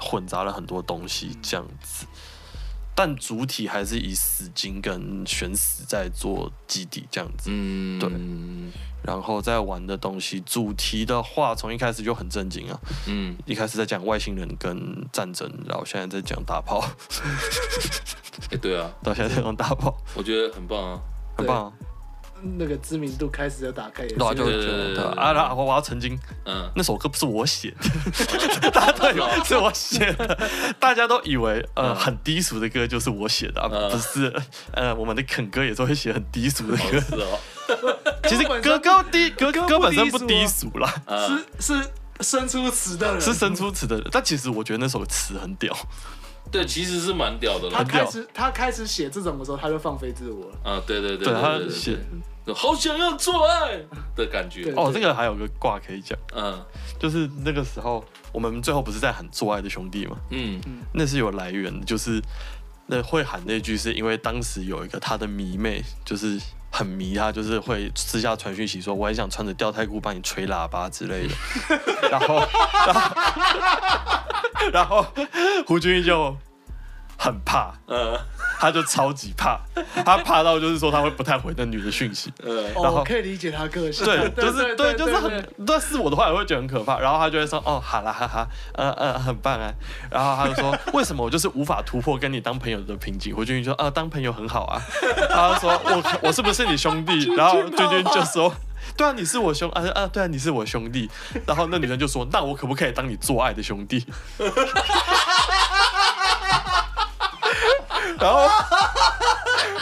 混杂了很多东西嗯这样子，但主体还是以死金跟悬死在做基底这样子。嗯，对嗯然后在玩的东西，主题的话，从一开始就很正经啊，嗯一开始在讲外星人跟战争，然后现在在讲大炮， 哎对啊，到现在在讲大炮，我觉得很棒啊。很棒、啊。那个知名度开始就打开，也是然后就对对觉对得对对啊对啊，然后我要曾经嗯，那首歌不是我写的， 大家都以为是我写的，大家都以为呃嗯很低俗的歌就是我写的，啊嗯不是呃我们的肯哥也是会写很低俗的好歌，是哦，其实本歌身歌低歌歌歌不本身低不俗啊低俗啦，嗯是是生出词的人， 是生出词的，但其实我觉得那首词很屌，对，其实是蛮屌的啦他。开始他开始写这种的时候，他就放飞自我了。啊，对对对对他对对写对好想要做爱的感觉对。哦这个还有个挂可以讲，嗯就是那个时候我们最后不是在喊做爱的兄弟吗？嗯那是有来源的，就是那会喊那句是因为当时有一个他的迷妹，就是很迷他，就是会私下传讯息说我很想穿着吊带裤帮你吹喇叭之类的，然后然后然后胡军就很怕，嗯他就超级怕，他怕到就是说他会不太回那女的讯息。呃，哦，然后我可以理解他个性。 对，就是对，就是对很，但是我的话也会觉得很可怕。然后他就会说，哦，好啦，哈哈，呃呃，很棒啊。然后他就说，为什么我就是无法突破跟你当朋友的瓶颈？胡君君说，啊，当朋友很好啊。他就说，我我是不是你兄弟？然后君啊君就说。对啊，你是我兄啊啊，对啊，你是我兄弟。然后那女人就说：“那我可不可以当你做爱的兄弟？” 然后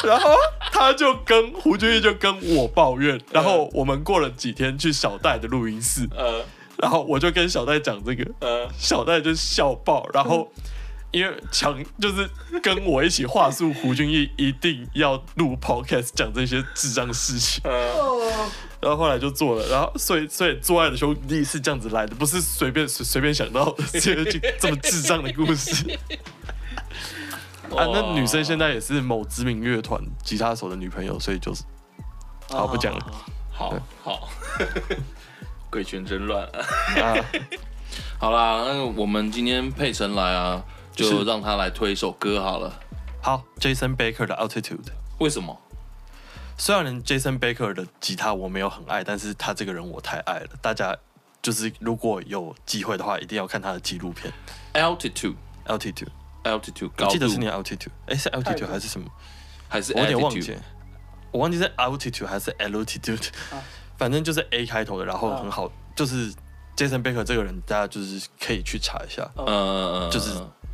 然后他就跟胡俊义就跟我抱怨，然后我们过了几天去小戴的录音室，呃然后我就跟小戴讲这个，呃，小戴就笑爆，然后。因为强就是跟我一起话术，胡俊义一定要录 podcast 讲这些智障事情，呃，哦，然后后来就做了，然后所以所以做爱的兄弟是这样子来的，不是随便随随便想到的这个这这么智障的故事啊。哦那女生现在也是某知名乐团吉他手的女朋友，所以就是好哦不讲了好好， 鬼圈真乱。啊， 好啦，那我们今天佩晨来啊，就是让他来推一首歌好了。好，Jason Baker 的 Altitude。为什么？虽然 Jason Baker 的吉他我没有很爱，但是他这个人我太爱了。大家就是如果有机会的话，一定要看他的纪录片 altitude Altitude。 altitude 我高记得是度念 Altitude，哎、是 Altitude 还是什么？还是我有点忘 altitude？记，我忘记是 Altitude 还是 Altitude，、反 正就是 A 开头的，然后很好，就是 Jason Baker 这个人，大家就是可以去查一下。呃，就是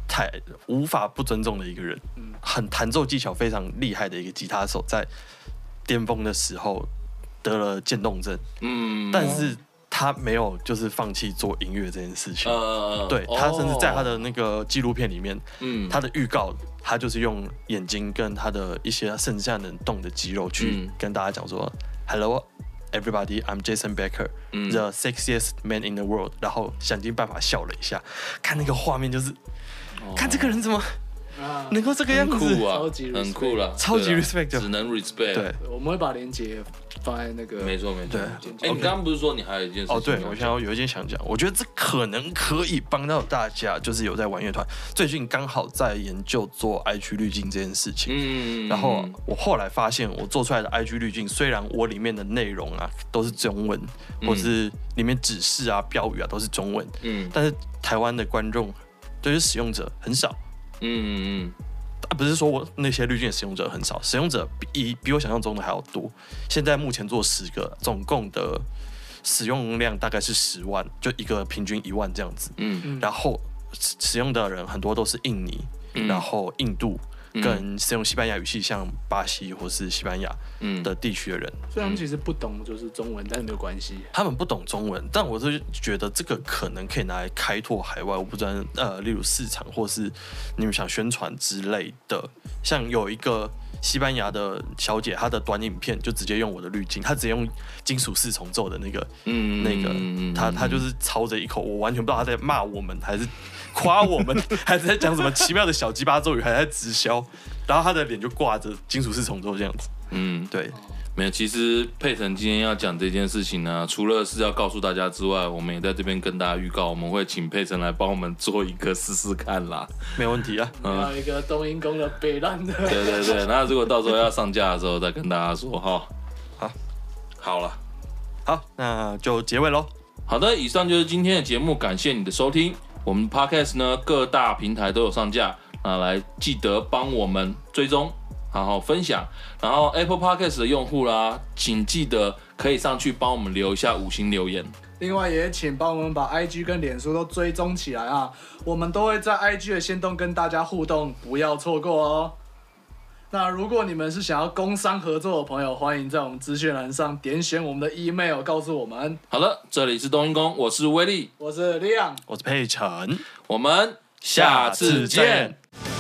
太无法不尊重的一个人，很弹奏技巧非常厉害的一个吉他手，在巅峰的时候得了渐冻症，嗯，但是他没有就是放弃做音乐这件事情。呃，对他甚至在他的那个纪录片里面，嗯他的预告，他就是用眼睛跟他的一些甚至现在能动的肌肉去嗯跟大家讲说，Hello。Everybody, I'm Jason Becker,、嗯 the sexiest man in the world。然后想尽办法笑了一下，看那个画面就是，看这个人怎么啊能够这个样哦很子，酷啊超级，很酷了，超级对啊 respect 只能 respect。对，我们会把链接放在那个没错没错。对哎，你 OK 刚刚不是说你还有一件事情哦，对，要我讲想要有一件想讲，我觉得这可能可以帮到大家，就是有在玩乐团，最近刚好在研究做 IG 滤镜这件事情。嗯，然后我后来发现，我做出来的 IG 滤镜，虽然我里面的内容啊都是中文，或是里面指示啊、标语啊都是中文，嗯但是台湾的观众就是使用者很少。嗯嗯啊不是说我那些滤镜的使用者很少，使用者比比我想象中的还要多。现在目前做十个，总共的使用量大概是十万，就一个平均一万这样子。嗯嗯嗯然后使使用的人很多都是印尼，嗯然后印度嗯跟使用西班牙语系，像巴西或是西班牙嗯的地区的人，所以他们其实不懂就是中文，但是没有关系。他们不懂中文，但我是觉得这个可能可以拿来开拓海外，我不知道，呃，例如市场或是你们想宣传之类的。像有一个西班牙的小姐，她的短影片就直接用我的滤镜，她直接用金属四重奏的那个嗯那个嗯嗯嗯他他就是操着一口，我完全不知道他在骂我们 还是夸我们，还是在讲什么奇妙的小鸡巴咒语，还在直销。然后他的脸就挂着金属四重奏这样子，嗯，对，没有。其实佩晨今天要讲这件事情呢，除了是要告诉大家之外，我们也在这边跟大家预告，我们会请佩晨来帮我们做一个试试看啦。没问题啊。还有一个冬阴功的北烂的， 对对对，那如果到时候要上架的时候再跟大家说哈。好，好了，好，那就结尾喽，好的，以上就是今天的节目，感谢你的收听。我们 podcast 呢各大平台都有上架，那来记得帮我们追踪，然后分享，然后 Apple podcast 的用户啦，请记得可以上去帮我们留一下五星留言。另外也请帮我们把 IG 跟脸书都追踪起来啊，我们都会在 IG 的先动跟大家互动，不要错过哦。那如果你们是想要工商合作的朋友，欢迎在我们资讯栏上点选我们的 email 告诉我们。好了，这里是冬阴功，我是威力，我是 Leon。我是佩晨，我们下次见。。